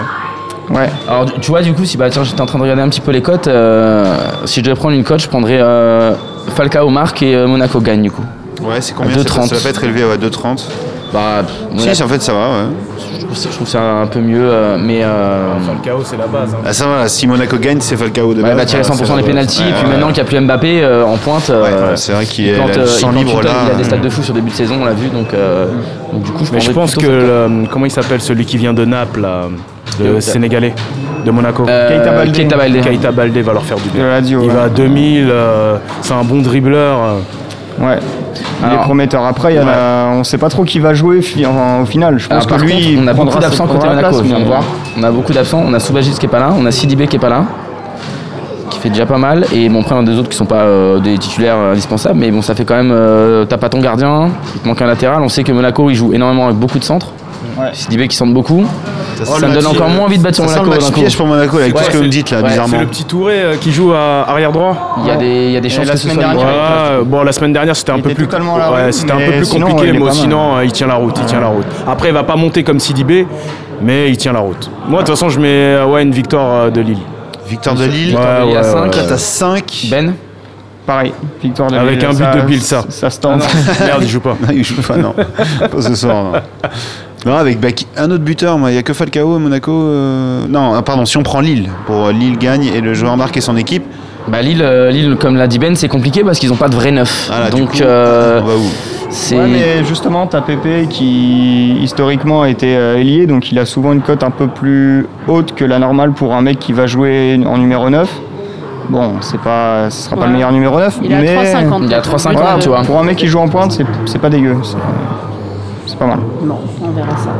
S7: hein.
S6: ouais.
S5: Alors du- tu vois du coup si bah tiens j'étais en train de regarder un petit peu les cotes, euh, si je devais prendre une cote je prendrais euh, Falcao marque et euh, Monaco gagne du coup.
S2: Ouais, c'est combien
S5: À
S2: c'est pas-
S5: 2,30.
S2: Ça va pas être élevé, ouais, 2,30.
S5: Bah pff, Monaco,
S2: Si, en fait, ça va, ouais.
S5: je, trouve, ça- je trouve ça un peu mieux euh, mais euh,
S7: Enfin, le chaos, c'est la base. hein.
S2: Ah, ça va, si Monaco gagne, c'est Falcao de
S5: ouais,
S2: base.
S5: il va bah, tirer
S2: Voilà,
S5: 100%
S2: bah, c'est la
S5: des
S2: base.
S5: pénalties et
S2: Ouais,
S5: puis
S2: ouais.
S5: maintenant qu'il n'y a plus Mbappé euh, en pointe euh,
S2: ouais, c'est vrai qu'il
S5: il
S2: est-
S5: plante,
S2: il a
S5: euh,
S2: du sang
S5: il plante
S2: libre,
S5: tout le temps,
S2: là.
S5: il a des stats de fou sur début de saison on l'a vu donc, euh, donc, du coup je
S7: Mais je
S5: prendrais
S7: pense que.
S5: plutôt Falcao.
S7: le- euh, comment il s'appelle celui qui vient de Naples, là, le
S5: De-
S7: Sénégalais de Monaco
S5: Euh,
S7: Keita Baldé.
S5: Keita Baldé.
S7: Keita Baldé va leur faire du bien.
S6: De la Lazio,
S7: il
S6: ouais.
S7: va à 2000, euh, c'est un bon dribbleur. euh.
S6: Ouais. Il
S5: Alors-
S6: est prometteur. Après, il y en a- on sait pas trop qui va jouer fi- enfin, au final. Je pense
S5: Alors, Ah, par
S6: que lui,
S5: contre,
S6: il
S5: on a
S6: prendra
S5: beaucoup
S6: sa-
S5: d'absents côté
S6: prendra la
S5: Monaco,
S6: place,
S5: je viens de
S6: mais-
S5: voir. On a beaucoup d'absents. On a Soubagis qui est pas là, on a Sidibé qui est pas là, qui fait déjà pas mal. Et bon, après, on a deux autres qui sont pas euh, des titulaires euh, indispensables, mais bon, ça fait quand même. euh, T'as pas ton gardien, il te manque un latéral. On sait que Monaco, il joue énormément avec beaucoup de centres.
S6: Ouais.
S5: Sidibé qui centre beaucoup. Ça,
S2: Oh, le
S5: me donne
S2: match-
S5: encore moins envie de battre sur
S2: Ça sent le
S5: Monaco. d'un
S2: match
S5: coup.
S2: piège pour Monaco, là, avec tout
S5: Ouais,
S2: ce que vous
S5: c'est-
S2: me dites, là,
S5: ouais,
S7: C'est
S2: bizarrement.
S7: le petit Touré euh, qui joue à arrière droit.
S5: Il y a des, il y a des
S6: Et
S5: chances
S6: la
S5: que ce
S6: semaine
S5: soit lui.
S6: dernière,
S5: Ouais.
S7: Ouais, bon, la semaine dernière, c'était un
S6: Il
S7: peu
S6: était
S7: plus,
S6: totalement à la
S7: ouais,
S6: rôle,
S7: c'était un
S6: mais
S7: peu plus
S6: sinon,
S7: compliqué,
S6: il est
S7: mais
S6: pas mal.
S7: sinon, euh, il tient la route, il tient la route. Après, il va pas monter comme Sidibé, mais il tient la route. Moi, de toute façon, je mets euh, ouais, une victoire euh, de Lille.
S2: Victoire de Lille,
S7: Ouais,
S5: Il y a
S7: ouais,
S5: cinq.
S2: t'as 5.
S5: Ben,
S6: Pareil, victoire de
S7: Avec
S6: Bielsa,
S7: un but de Bielsa.
S6: Ça se tente.
S5: Ah
S7: Merde, il joue pas.
S2: Il joue pas, non. pas ce soir, non. Non, avec Baki- un autre buteur, moi, il n'y a que Falcao à Monaco. euh, Non, ah, pardon, si on prend Lille, pour euh, Lille gagne et le joueur marque et son équipe.
S5: bah Lille, euh, Lille, comme l'a dit Ben, c'est compliqué parce qu'ils ont pas de vrai neuf.
S2: Ah, là, du
S5: Donc,
S2: coup,
S5: euh,
S2: on va où
S5: c'est.
S6: Ouais, mais justement, t'as Pépé qui historiquement était euh, ailier, donc il a souvent une cote un peu plus haute que la normale pour un mec qui va jouer en numéro 9. Bon, c'est pas, ce sera pas le
S4: Ouais.
S6: meilleur numéro 9,
S4: Il est
S6: mais
S4: à 3,50.
S5: Il est à 3,50,
S6: Voilà,
S5: tu vois.
S6: pour un mec qui joue en pointe, c'est- c'est pas dégueu. C'est- C'est pas mal.
S4: Bon, on verra ça.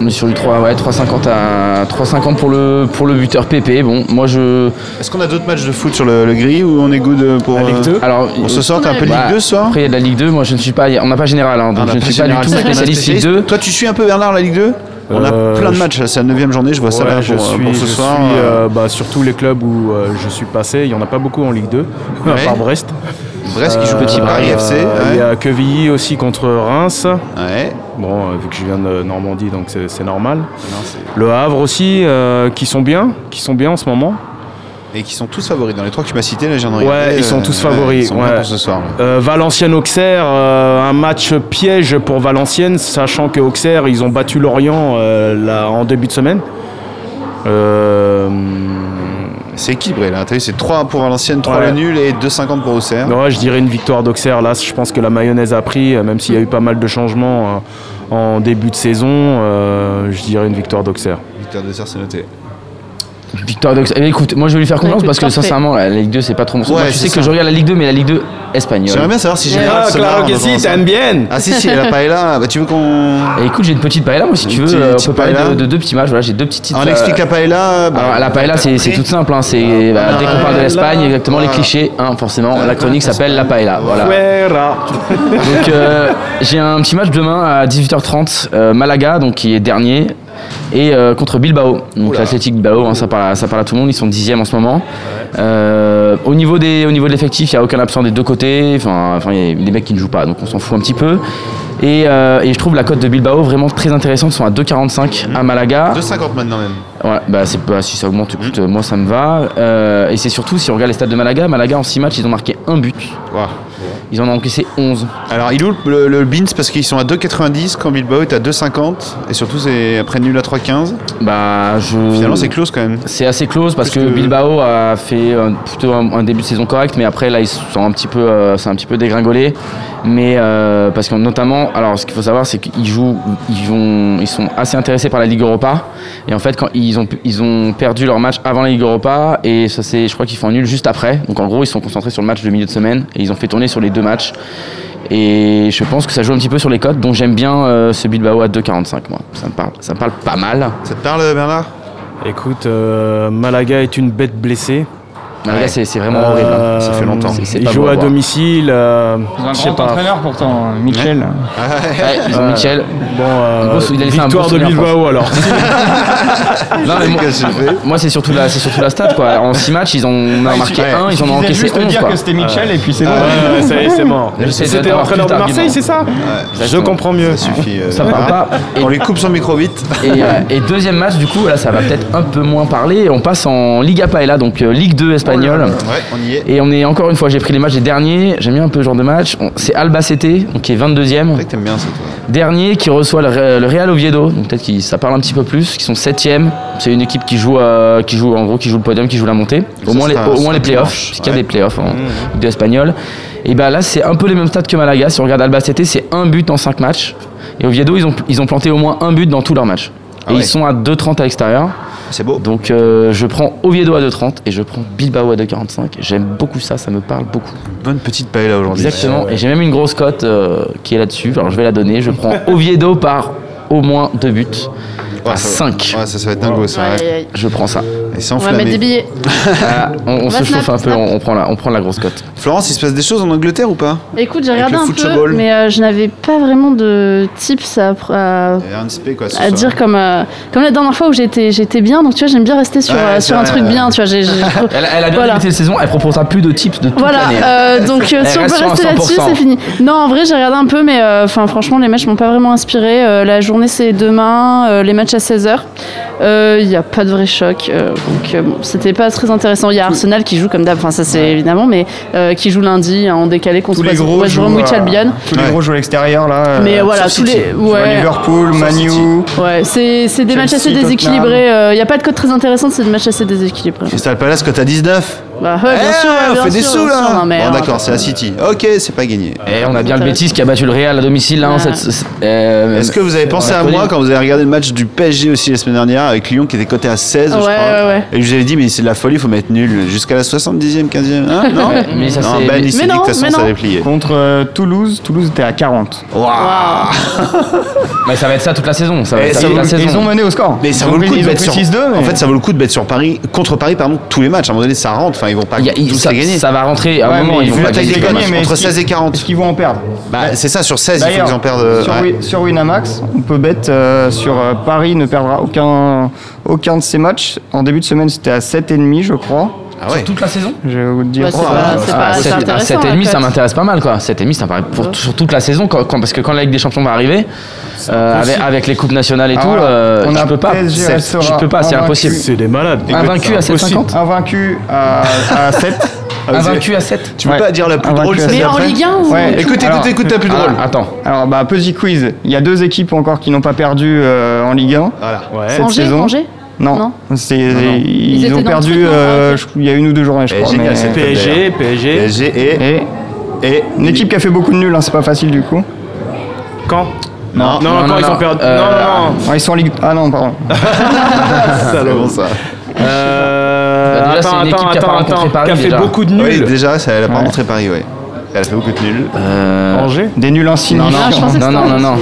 S5: On est sur du 3, ouais, 3,50 à 3,50 pour le, pour le buteur PP. Bon, moi je.
S2: Est-ce qu'on a d'autres matchs de foot sur le, le gris ou on est good pour.
S7: Avec
S2: euh,
S7: deux.
S5: Alors,
S2: On se sort, t'as un peu de
S5: Bah,
S2: Ligue 2 ce soir
S5: Après, il y a de la Ligue 2. Moi, je ne suis pas. On n'a pas général. hein, donc
S2: Ah,
S5: je ne
S2: bah,
S5: suis pas du
S2: général,
S5: tout
S2: c'est
S5: spécialiste Ligue 2.
S2: Toi, tu suis un peu Bernard la Ligue 2 On a
S7: Euh,
S2: plein de
S7: je-
S2: matchs, là, c'est la 9 journée, je vois ça
S7: Ouais,
S2: là
S7: Bah, je
S2: pour, euh,
S7: suis,
S2: pour ce
S7: je
S2: soir.
S7: suis,
S2: euh,
S7: euh, bah, sur tous les clubs où euh, je suis passé, il n'y en a pas beaucoup en Ligue 2,
S2: Ouais.
S7: à part Brest.
S2: Brest qui joue
S7: Euh,
S2: petit Paris
S7: euh,
S2: FC.
S7: Il y
S2: ouais.
S7: a Quevilly aussi contre Reims.
S2: Ouais.
S7: Bon, euh, vu que je viens de Normandie, donc c'est c'est normal. Le Havre aussi, euh, qui sont bien, qui sont bien en ce moment.
S2: Et qui sont tous favoris. Dans les trois que tu m'as cités, là, j'ai
S7: Ouais, ils sont tous favoris,
S2: euh, ils sont bien
S7: ouais.
S2: pour ce soir. là.
S7: Euh, Valenciennes-Auxerre, euh, un match piège pour Valenciennes, sachant que Auxerre, ils ont battu Lorient euh, là, en début de semaine. Euh,
S2: C'est équilibré là. T'as vu, c'est 3 pour Valenciennes, 3
S7: Ouais.
S2: le nul et 2,50 pour Auxerre.
S7: ouais, je dirais une victoire d'Auxerre. Là, je pense que la mayonnaise a pris, euh, même s'il y a eu pas mal de changements euh, en début de saison. euh, je dirais une victoire d'Auxerre.
S2: Victoire de Serre, c'est noté.
S5: Victoire d'Auxerre. Eh, Écoute, moi je vais lui faire confiance
S4: Écoute,
S5: parce que
S4: parfait.
S5: sincèrement, la Ligue 2, c'est pas trop mon sport.
S2: Ouais,
S5: Moi, je
S2: c'est
S5: sais
S2: ça.
S5: que je regarde la Ligue 2, mais la Ligue 2 espagnole.
S2: J'aimerais bien savoir Ah, si Général se marre en entendant ça.
S7: bien
S2: Ah si, si, la paella là. Bah, tu veux qu'on.
S5: Et écoute, j'ai une petite paella, moi si tu
S2: Une
S5: veux,
S2: petite-
S5: euh, on
S2: petite
S5: peut parler
S2: paella.
S5: de, de deux petits matchs. Voilà, j'ai deux petits titres.
S2: On
S5: euh,
S2: explique la paella. bah,
S5: Alors, la paella, c'est c'est tout simple. hein, C'est bah, dès qu'on parle de l'Espagne, exactement les clichés. hein, forcément, la chronique s'appelle la paella. Voilà. Donc, euh, j'ai un petit match demain à 18h30, euh, Malaga, donc qui est dernier, et euh, contre Bilbao. Donc l'Athletic Bilbao, hein, ça, parle à, ça parle à tout le monde. Ils sont dixième en ce moment. Euh, au niveau des, au niveau de l'effectif, il n'y a aucun absent des deux côtés. Enfin, enfin, il y a des mecs qui ne jouent pas, donc on s'en fout un petit peu. Et, euh, et je trouve la cote de Bilbao vraiment très intéressante. Ils sont à 2,45
S2: Mmh.
S5: à Malaga.
S2: 2,50 maintenant même.
S5: Ouais, bah c'est pas si ça augmente, écoute,
S2: Mmh.
S5: euh, moi ça me va. Euh, et c'est surtout si on regarde les stats de Malaga, Malaga en 6 matchs ils ont marqué un but,
S2: Waouh.
S5: ils en ont encaissé 11.
S2: Alors, il loupe le, le Beans parce qu'ils sont à 2,90 quand Bilbao est à 2,50 et surtout c'est après nul à 3,15.
S5: Bah je.
S2: Finalement, c'est close quand même.
S5: C'est assez close parce que,
S2: Plus que-
S5: Bilbao a fait un- plutôt un, un début de saison correct, mais après là ils sont un petit peu, euh, c'est un petit peu dégringolé. Mais euh, parce que notamment, alors ce qu'il faut savoir c'est qu'ils jouent, ils vont, ils sont assez intéressés par la Ligue Europa. Et en fait quand ils ont, ils ont perdu leur match avant la Ligue Europa et ça c'est, je crois qu'ils font un nul juste après. Donc en gros ils sont concentrés sur le match de milieu de semaine et ils ont fait tourner sur les deux matchs. Et je pense que ça joue un petit peu sur les cotes, donc j'aime bien euh, ce Bilbao à 2,45 moi. Ça me parle, ça me parle pas mal.
S2: Ça te parle, Bernard
S7: Écoute, euh, Malaga est une bête blessée.
S5: Malaga,
S2: Ouais.
S5: c'est c'est vraiment
S7: Euh,
S5: horrible. hein.
S2: Ça fait longtemps.
S5: C'est- c'est
S7: Il
S5: pas
S7: joue
S5: beau
S7: à
S5: voir.
S7: domicile. euh,
S6: Ils ont un
S7: je sais
S6: grand
S7: pas.
S6: entraîneur pourtant, euh, Michel.
S5: Ouais, Eh, ils ont Michel.
S7: Bon, euh,
S5: Un beau sou- il a fait un beau
S7: victoire de
S5: souvenir,
S7: Bilbao alors.
S5: Non, mais moi, moi, c'est surtout la, c'est surtout la stat quoi. En 6 matchs, ils en ont marqué
S2: ouais.
S5: 1, ils en ont
S6: Ils
S5: encaissé
S6: juste de
S5: 11
S6: dire
S5: quoi.
S6: que c'était Michel et puis c'est bon.
S7: Ouais, ouais, ça y est, c'est mort.
S5: J'essaie de
S7: C'était
S5: d'avoir
S7: entraîneur
S5: plus
S7: de Marseille,
S5: d'arguments.
S7: c'est ça Je
S5: Exactement.
S7: comprends mieux.
S2: Ça suffit. euh,
S5: Ça parle
S2: Bernard.
S5: pas. Et,
S2: On lui coupe son micro vite.
S5: et, euh, et deuxième match, du coup, là, ça va peut-être un peu moins parler. On passe en Liga Paella, donc euh, Ligue 2 espagnole.
S2: Ouais, on y est.
S5: Et on est encore une fois, j'ai pris les matchs des derniers. J'aime bien un peu ce genre de match. On- C'est Albacete, donc qui est 22e.
S2: C'est vrai que t'aimes bien ça, toi.
S5: Dernier qui reçoit le, Re- le Real Oviedo, donc peut-être que ça parle un petit peu plus, qui sont 7ème. C'est une équipe qui joue, euh, qui joue en gros, qui joue le podium, qui joue la montée. Au
S2: ça
S5: moins, les,
S2: sera-
S5: au
S2: ça
S5: moins les
S2: sera
S5: playoffs,
S2: dimanche,
S5: parce qu'il y a
S2: ouais. Mhm.
S5: des playoffs en Ligue 2 espagnole. Et bah là, c'est un peu les mêmes stats que Malaga. Si on regarde Albacete, c'est un but en 5 matchs. Et Oviedo, ils ont, ils ont planté au moins un but dans tous leurs matchs.
S2: Ah
S5: et
S2: ouais.
S5: ils sont à 2,30 à l'extérieur.
S2: C'est beau.
S5: Donc euh, je prends Oviedo à 2,30 et je prends Bilbao à 2,45. J'aime beaucoup ça, ça me parle beaucoup.
S2: Bonne petite paille là aujourd'hui.
S5: Exactement, et j'ai même une grosse cote euh, qui est là-dessus, alors je vais la donner. Je prends Oviedo par au moins deux buts à 5.
S2: Ouais, ça, ça va être dingo ça.
S4: Aïe, aïe,
S2: ouais.
S4: aïe.
S5: Je prends ça.
S2: Et c'est
S4: On va mettre
S2: enflammé.
S4: des billets.
S5: Ah, on on se
S4: va snap,
S5: chauffe un peu,
S4: snap.
S5: on, on prend la, on prend la grosse cote.
S2: Florence, il se passe des choses en Angleterre ou pas
S4: Écoute, j'ai
S2: Avec
S4: regardé
S2: le
S4: un
S2: foot
S4: peu,
S2: football.
S4: mais euh, je n'avais pas vraiment de tips à, à-
S2: Il y a rien de spé quoi. ce
S4: à
S2: soir.
S4: dire comme, euh, comme la dernière fois où j'étais j'étais bien. Donc tu vois, j'aime bien rester sur,
S2: Ouais,
S4: euh,
S2: c'est
S4: sur un
S2: vrai,
S4: truc
S2: ouais.
S4: bien. Tu vois, j'ai- j'ai-
S5: Elle, elle a bien
S4: Voilà.
S5: débuté la saison, elle proposera plus de tips de toute
S4: Voilà,
S5: l'année.
S4: euh, donc euh,
S5: Elle
S4: si on
S5: reste
S4: peut
S5: sur un
S4: rester là-dessus,
S5: 100%.
S4: c'est fini. Non, en vrai, j'ai regardé un peu, mais euh, enfin, franchement, les matchs m'ont pas vraiment inspiré. Euh, la journée, c'est demain, euh, les matchs à 16h. Il n'y a pas de vrai choc, euh, donc euh, bon, c'était pas très intéressant. Il y a Arsenal qui joue comme d'hab, enfin ça c'est évidemment, mais euh, qui joue lundi hein, en décalé contre
S6: Tous les
S4: West
S6: gros
S4: West
S6: jouent
S4: Bromwich
S3: euh,
S6: à-
S4: Albion.
S6: Tous les
S2: Ouais.
S6: gros jouent à l'extérieur là.
S4: Mais
S6: euh,
S4: voilà,
S6: sauf
S4: tous
S6: City.
S4: les-
S6: Tu vois
S4: ouais.
S6: Liverpool, Manu.
S4: Ouais, c'est c'est des matchs assez euh,
S6: Tottenham.
S4: déséquilibrés. Il n'y a pas de code très intéressante, c'est des matchs assez déséquilibrés.
S2: Crystal Palace, cote à 19.
S4: Bah, ouais, bien
S2: Eh,
S4: sûr, ouais,
S2: on
S4: bien
S2: fait des
S4: sûr,
S2: sous
S4: bien sûr.
S2: là
S4: Non, mais euh,
S2: Bon
S4: alors,
S2: d'accord, c'est à City. Ok, c'est pas gagné.
S4: Euh,
S5: Et on a bien le
S4: Ouais.
S5: Bétis qui a battu le Real à domicile là. en
S4: Ouais.
S5: cette- cette- euh,
S2: Est-ce que vous avez pensé à
S5: mercredi.
S2: moi quand vous avez regardé le match du PSG aussi la semaine dernière avec Lyon qui était coté à 16 je
S4: Ouais,
S2: crois
S4: ouais, ouais.
S2: Et je vous avais dit mais c'est de la folie, faut mettre nul jusqu'à la 70e, 15e. Hein non
S5: Ouais, mais ça,
S2: non,
S5: c'est-
S2: Ben il s'est
S4: Mais
S2: dit que de
S4: non,
S2: toute façon
S4: mais
S2: ça
S4: non.
S2: allait plier.
S6: Contre euh, Toulouse, Toulouse était à 40.
S2: Waouh.
S5: Mais bah, ça va être ça toute la saison. Ça va
S2: Eh,
S5: être ça
S2: ça
S5: toute
S2: vaut
S5: la
S2: le-
S5: saison.
S6: Ils ont mené au score.
S2: Mais ça
S6: Ils ont
S2: vaut le
S6: pris-
S2: coup de
S6: ils ont
S2: bête
S6: pris
S2: sur
S6: 6-2. mais-
S2: En fait, ça vaut le coup de bête sur Paris contre Paris pardon, tous les matchs à un moment donné ça rentre, enfin ils vont pas
S5: Il y a- il-
S2: tous
S5: ça,
S2: les gagner.
S5: ça va rentrer à
S6: Ouais,
S5: un moment.
S6: mais
S5: Ils
S6: vu
S5: vont
S6: la
S5: pas
S6: taille
S5: gagner
S6: des
S5: quand
S6: gagner,
S5: même.
S6: mais
S2: entre
S6: est-ce
S2: 16 et
S6: qu'ils-
S2: 40.
S6: Est-ce qu'ils vont en perdre
S2: Bah, c'est ça sur 16, il faut
S6: D'ailleurs,
S2: qu'ils en perdent euh,
S6: sur,
S2: ouais.
S6: Wi- sur Winamax, on peut bet euh, sur euh, Paris ne perdra aucun, aucun de ses matchs. En début de semaine, c'était à 7,5, je crois.
S2: Ah ouais.
S5: Toute la saison
S6: Je vais vous le dire.
S4: Bah, c'est pas- c'est pas-
S5: Ah,
S4: c'est
S5: sept- ah,
S4: intéressant, hein,
S5: 7,5
S4: en
S5: ça
S4: fait.
S5: m'intéresse pas mal quoi. 7,5 ça me paraît pour, sur toute la saison quand, quand- parce que quand la Ligue des Champions va arriver euh, avec, avec les coupes nationales et
S6: Ah,
S5: tout,
S6: voilà.
S5: euh,
S6: On
S5: je
S6: a
S5: peux pas.
S6: PSG
S5: C'est-
S6: restera
S5: Je peux pas, c'est
S6: invaincu.
S5: impossible. Ah,
S7: C'est des malades.
S5: Invaincu à 7,50
S6: Invaincu à, à 7.
S5: Invaincu à 7
S2: Tu peux pas dire la plus drôle celle
S4: Mais en
S2: d'après
S4: Ligue 1 ou
S6: Ouais.
S2: Écoute, écoute,
S6: Alors-
S2: écoute la plus
S5: Ah,
S2: drôle.
S5: Attends.
S6: Alors, bah, petit quiz. Il y a deux équipes encore qui n'ont pas perdu euh, en Ligue 1.
S2: Voilà.
S7: Ouais.
S6: Cette
S4: Angers,
S6: saison.
S4: Angers
S6: Non.
S4: Non.
S6: C'est-
S4: Ils
S6: Ils,
S4: étaient dans
S6: ont
S4: le truc,
S6: perdu
S4: non
S6: euh,
S4: Ah, ok.
S6: je- il y a une ou deux journées, je
S2: Eh,
S6: crois.
S2: génial,
S6: mais-
S2: cette-
S7: PSG, PSG.
S2: PSG et
S6: Et
S2: et
S6: une équipe qui a fait beaucoup de nuls, hein, c'est pas facile du coup.
S7: Quand
S2: Non.
S5: Non,
S7: Non, quand
S5: non,
S7: ils
S5: non.
S7: ont perdu.
S5: Euh,
S7: Non, non, non.
S6: Ah, ils sont en Ligue. Ah non, pardon.
S2: Ah, c'est bon ça.
S7: Euh,
S5: Bah, déjà, c'est
S7: attends,
S5: une
S7: attends,
S5: équipe qui a pas
S7: attends,
S5: rencontré
S7: attends.
S5: Paris,
S7: Qui a fait
S5: déjà.
S7: beaucoup de
S2: Oui,
S7: nuls.
S2: déjà, ça, elle a pas rentré Paris, ouais. Ah. Elle a fait beaucoup de nuls.
S7: Angers
S6: Des nuls insignifiants.
S4: Ah, je pensais que c'était
S5: Non, non, non,
S4: Angers.
S5: non.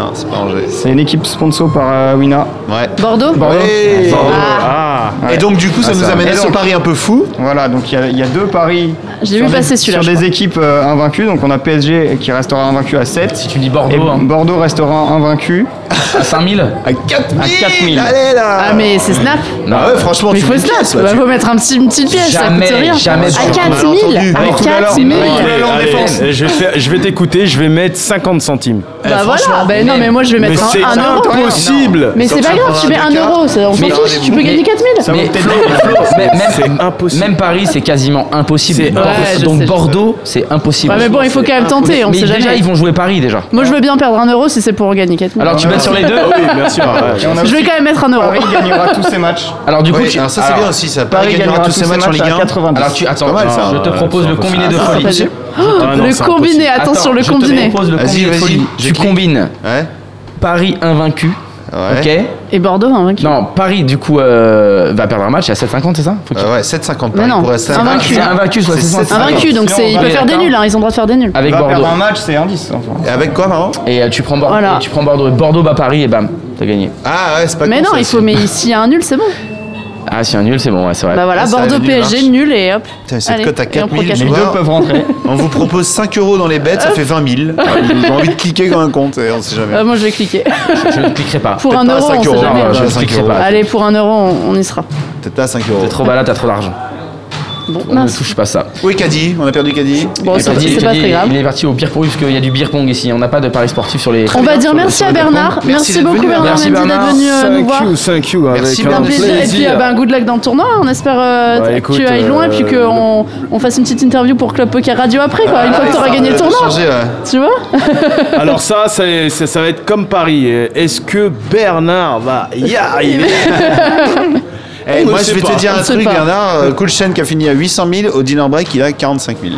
S2: Non, c'est pas Angers.
S6: C'est une équipe sponsor par euh, Wina.
S2: Ouais.
S4: Bordeaux
S2: Ouais.
S7: Ah
S2: Et donc, du coup, ça nous amène
S6: Et
S2: à ce
S6: donc-
S2: pari un peu fou.
S6: Voilà, donc il y a- il y, a deux paris.
S4: J'ai
S6: sur
S4: vu
S6: des-
S4: passer celui-là,
S6: Sur
S4: je
S6: des équipes euh, invaincues. Donc on a PSG qui restera invaincu à 7.
S5: Si tu dis
S6: et
S5: Bordeaux hein,
S6: Bordeaux restera invaincu.
S5: à 5000
S2: À 4000
S6: 4000.
S2: Allez là
S4: Ah, mais c'est Snap
S5: Non.
S2: Ah ouais, franchement,
S4: Mais
S2: tu
S4: faut
S2: me
S4: Snap
S2: casses, là,
S4: bah,
S2: tu-
S4: Faut mettre un petit, une petite pièce,
S5: Jamais,
S4: ça coûte rien Ah,
S5: jamais
S4: À
S5: sur-
S4: 4000
S2: malentendu.
S4: À
S2: Avec
S5: tout à l'heure,
S4: 4000
S5: mais
S7: Allez,
S2: Allez, en
S7: allez,
S2: défense.
S7: Eh, Je vais, faire- je vais t'écouter, je vais mettre 50 centimes.
S4: Bah voilà, bah non, mais moi je vais
S7: Mais
S4: mettre
S7: c'est
S4: un, un euro.
S7: impossible
S4: Mais c'est
S2: ça
S4: pas grave,
S2: prendra
S4: tu mets
S2: un
S4: 1
S2: écart.
S4: euro, ça- on s'en
S5: Mais-
S4: fiche, tu peux
S5: mais-
S4: gagner 4000
S5: Mais Flo, mais- même,
S7: impossible.
S5: même Paris, c'est quasiment impossible. Bordeaux-
S4: Ouais, je
S5: donc
S4: sais, je
S5: Bordeaux, c'est impossible.
S4: Ouais, mais bon, il faut quand même tenter, on
S5: mais
S4: sait
S5: déjà,
S4: jamais.
S5: ils vont jouer Paris déjà.
S4: Moi je veux bien perdre 1 euro si c'est pour gagner 4000.
S5: Alors tu bats sur les deux.
S7: Ah oui, bien sûr. ouais.
S6: Et on a
S4: Je vais
S6: aussi-
S4: quand même mettre 1 euro.
S6: Paris gagnera tous ses matchs.
S5: Alors du coup,
S2: Oui,
S5: tu-
S2: alors ça, c'est
S5: alors-
S2: bien aussi, ça. Paris gagnera tous ses matchs en Ligue
S6: à
S2: 1.
S6: 90.
S5: Alors tu attends,
S2: pas mal, ça.
S5: je te propose le combiné de folie.
S4: possible.
S7: Ah non,
S4: Le
S7: c'est
S4: combiné, attends sur le
S5: je te
S4: combiné.
S5: propose le
S2: Vas-y,
S5: combiné de
S2: vas-y,
S5: folie.
S2: je
S5: Tu
S2: clique.
S5: combines
S2: euh, Ouais.
S5: Paris invaincu.
S2: Ouais.
S5: Ok.
S4: Et Bordeaux, hein, vaincu.
S5: Non, Paris du coup euh, va perdre un match à 7,50 c'est ça Faut qu'il-
S2: Euh, ouais, 7,50
S4: Mais
S2: Paris
S4: non,
S2: pour rester
S4: un vaincu.
S5: C'est invaincu soit
S2: C'est
S5: 7,50.
S4: Un vaincu, donc
S6: Sinon,
S4: c'est-
S6: on
S4: ils
S6: va
S4: peuvent
S6: aller
S4: faire des
S5: d'accord.
S4: nuls, hein, ils ont le droit de faire des nuls.
S2: Euh,
S5: avec
S6: va
S5: Bordeaux.
S6: perdre un match, c'est indice. Enfin.
S2: Et avec quoi, maman
S5: Et euh, tu prends Bordeaux.
S4: Voilà.
S5: et Tu prends Bordeaux. Bordeaux bat Paris et bam, t'as gagné.
S2: Ah ouais, c'est pas
S4: Mais
S2: con,
S4: non,
S2: ça
S4: il
S2: aussi.
S4: faut, mais s'il y a un nul, c'est bon.
S5: Ah si un nul c'est bon, ouais, c'est vrai.
S4: Bah voilà,
S2: ça,
S4: Bordeaux
S2: le nul marche.
S4: PSG nul et hop.
S2: Putain, cette
S4: Allez,
S2: cote à
S4: et on prend
S2: 4000,
S4: quatre.
S2: je
S6: Les
S2: vois.
S6: deux peuvent rentrer.
S2: On vous propose 5 euros dans les bêtes, ça fait 20 000. J'ai envie de cliquer comme un compte, et on sait jamais.
S4: Ah, Moi je vais cliquer.
S5: Je ne cliquerai pas.
S4: Pour
S2: Peut-être
S4: 1
S2: pas à
S4: euro, on
S2: 5
S4: sait
S2: euros,
S4: jamais.
S2: hein,
S5: Je
S2: à 5
S5: cliquerai
S2: euros.
S5: pas.
S4: Allez, pour 1 euro, on, on y sera.
S2: Peut-être pas à 5 euros.
S5: T'es trop balade, t'as trop d'argent.
S4: Bon,
S5: On ne
S4: mince.
S5: touche pas ça.
S2: Oui, Caddy, on a perdu Caddy.
S4: Bon,
S5: Et
S4: c'est
S5: Teddy-
S4: c'est pas
S5: Teddy,
S4: très grave.
S5: Il est parti au pire pour lui parce qu'il y a du beer pong ici. On n'a pas de paris sportif sur les.
S4: On va dire merci à Bernard.
S2: Merci
S4: Merci,
S2: d'être
S4: beaucoup
S2: venu,
S4: Bernard
S5: merci
S4: Mendy d'être
S5: Bernard.
S4: venu euh, nous voir.
S7: 5 you avec
S2: Merci,
S4: Un
S2: Bernard.
S4: plaisir. Et puis, euh, ben, good luck dans le tournoi. On espère euh,
S7: Bah,
S4: que
S7: écoute,
S4: tu ailles loin et puis
S7: euh,
S4: qu'on on fasse une petite interview pour Club Poker Radio après, quoi, une fois que tu auras gagné le tournoi.
S2: Changer, ouais.
S4: Tu vois
S7: Alors ça, c'est- ça, ça va être comme Paris. Est-ce que Bernard va y arriver
S2: Eh,
S7: On ne
S2: moi, je
S7: sait
S2: vais
S7: pas.
S2: te dire
S4: On
S2: un
S4: ne sait
S2: truc,
S4: pas.
S2: Bernard. euh, Cool Chain qui a fini à 800 000, au dinner break, il a 45 000.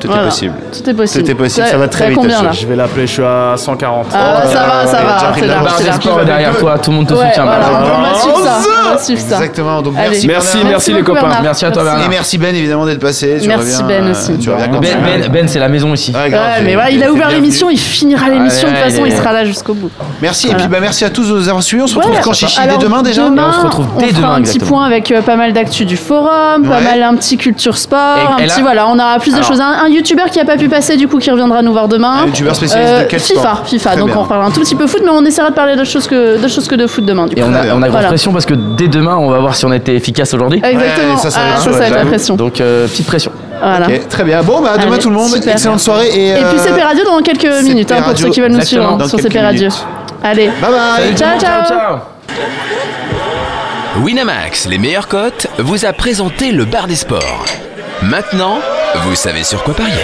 S2: Tout
S4: Voilà.
S2: est possible.
S4: Tout est possible.
S2: Tout est possible,
S4: T'as-
S2: ça va très
S4: t'as
S2: vite,
S4: combien,
S2: ce
S4: là
S7: Je vais l'appeler, je suis à 140.
S4: Ah,
S2: là
S4: ça
S2: là,
S4: va,
S2: il
S4: ça
S2: a déjà
S4: va.
S2: pris
S4: C'est
S2: de
S4: large,
S2: l'avance.
S4: c'est large.
S5: sport derrière toi, tout le monde te
S4: Ouais,
S5: soutient.
S4: voilà,
S5: Bernard.
S4: on va suivre ça. On va suivre ça.
S2: Exactement. Donc,
S4: Allez.
S2: merci.
S7: Merci,
S2: Bernard.
S7: merci les
S4: beaucoup,
S7: copains.
S4: Bernard.
S5: Merci à toi, Bernard.
S2: Et merci Ben évidemment d'être passé. Tu
S4: Merci,
S2: reviens,
S4: Ben,
S2: euh,
S4: aussi.
S2: Tu reviens quand
S5: Ben,
S2: tu veux.
S5: ben, ben c'est la maison ici.
S2: Ouais, grave,
S4: Ouais, mais
S2: c'est-
S4: voilà, il
S2: Ah, c'est
S4: a ouvert
S2: bienvenu.
S4: l'émission, il finira l'émission. De
S5: ouais,
S4: toute façon,
S5: il
S4: il
S5: est-
S4: sera là jusqu'au bout.
S2: Merci et puis bah, merci à tous de nous avoir suivis. On se
S4: Ouais.
S2: retrouve quand Chichi dès
S4: Alors,
S2: demain déjà.
S4: demain,
S5: Et on se retrouve dès
S4: fera
S5: demain,
S4: un petit
S5: exactement.
S4: point avec euh, pas mal d'actu du forum, pas
S2: Ouais.
S4: mal un petit culture sport, un
S5: Et- et
S4: petit
S5: là-
S4: voilà, on aura plus
S5: Alors-
S4: de choses. Un, un youtubeur qui a pas pu passer du coup qui reviendra nous voir demain. Euh,
S2: Un youtubeur spécialiste de quel
S4: FIFA,
S2: sport
S4: FIFA.
S2: Très
S4: donc
S2: bien.
S4: on reparlera un tout petit peu foot, mais on essaiera de parler d'autres choses que d'autres choses que de foot demain. Du coup.
S5: Et on a, on a grosse
S4: Voilà.
S5: pression parce que dès demain, on va voir si on était efficace aujourd'hui.
S4: Exactement.
S2: Ouais, ça, ça va
S4: Ah,
S2: être chaud,
S4: ça, ça va être la
S2: j'avoue.
S4: pression.
S5: Donc, euh, petite pression.
S4: Voilà.
S2: Ok, Très bien. Bon bah à demain
S4: Allez,
S2: tout le monde.
S4: super.
S2: Excellente soirée et.
S4: Et puis
S2: euh,
S4: CP Radio dans quelques minutes hein, pour
S2: Radio,
S4: ceux qui veulent nous suivre
S5: exactement,
S4: hein,
S2: dans
S4: sur
S2: quelques
S4: CP Radio.
S2: minutes.
S4: Allez.
S2: Bye bye.
S4: Ciao, ciao.
S1: Winamax, les meilleures cotes, vous a présenté le bar des sports. Maintenant, vous savez sur quoi parier.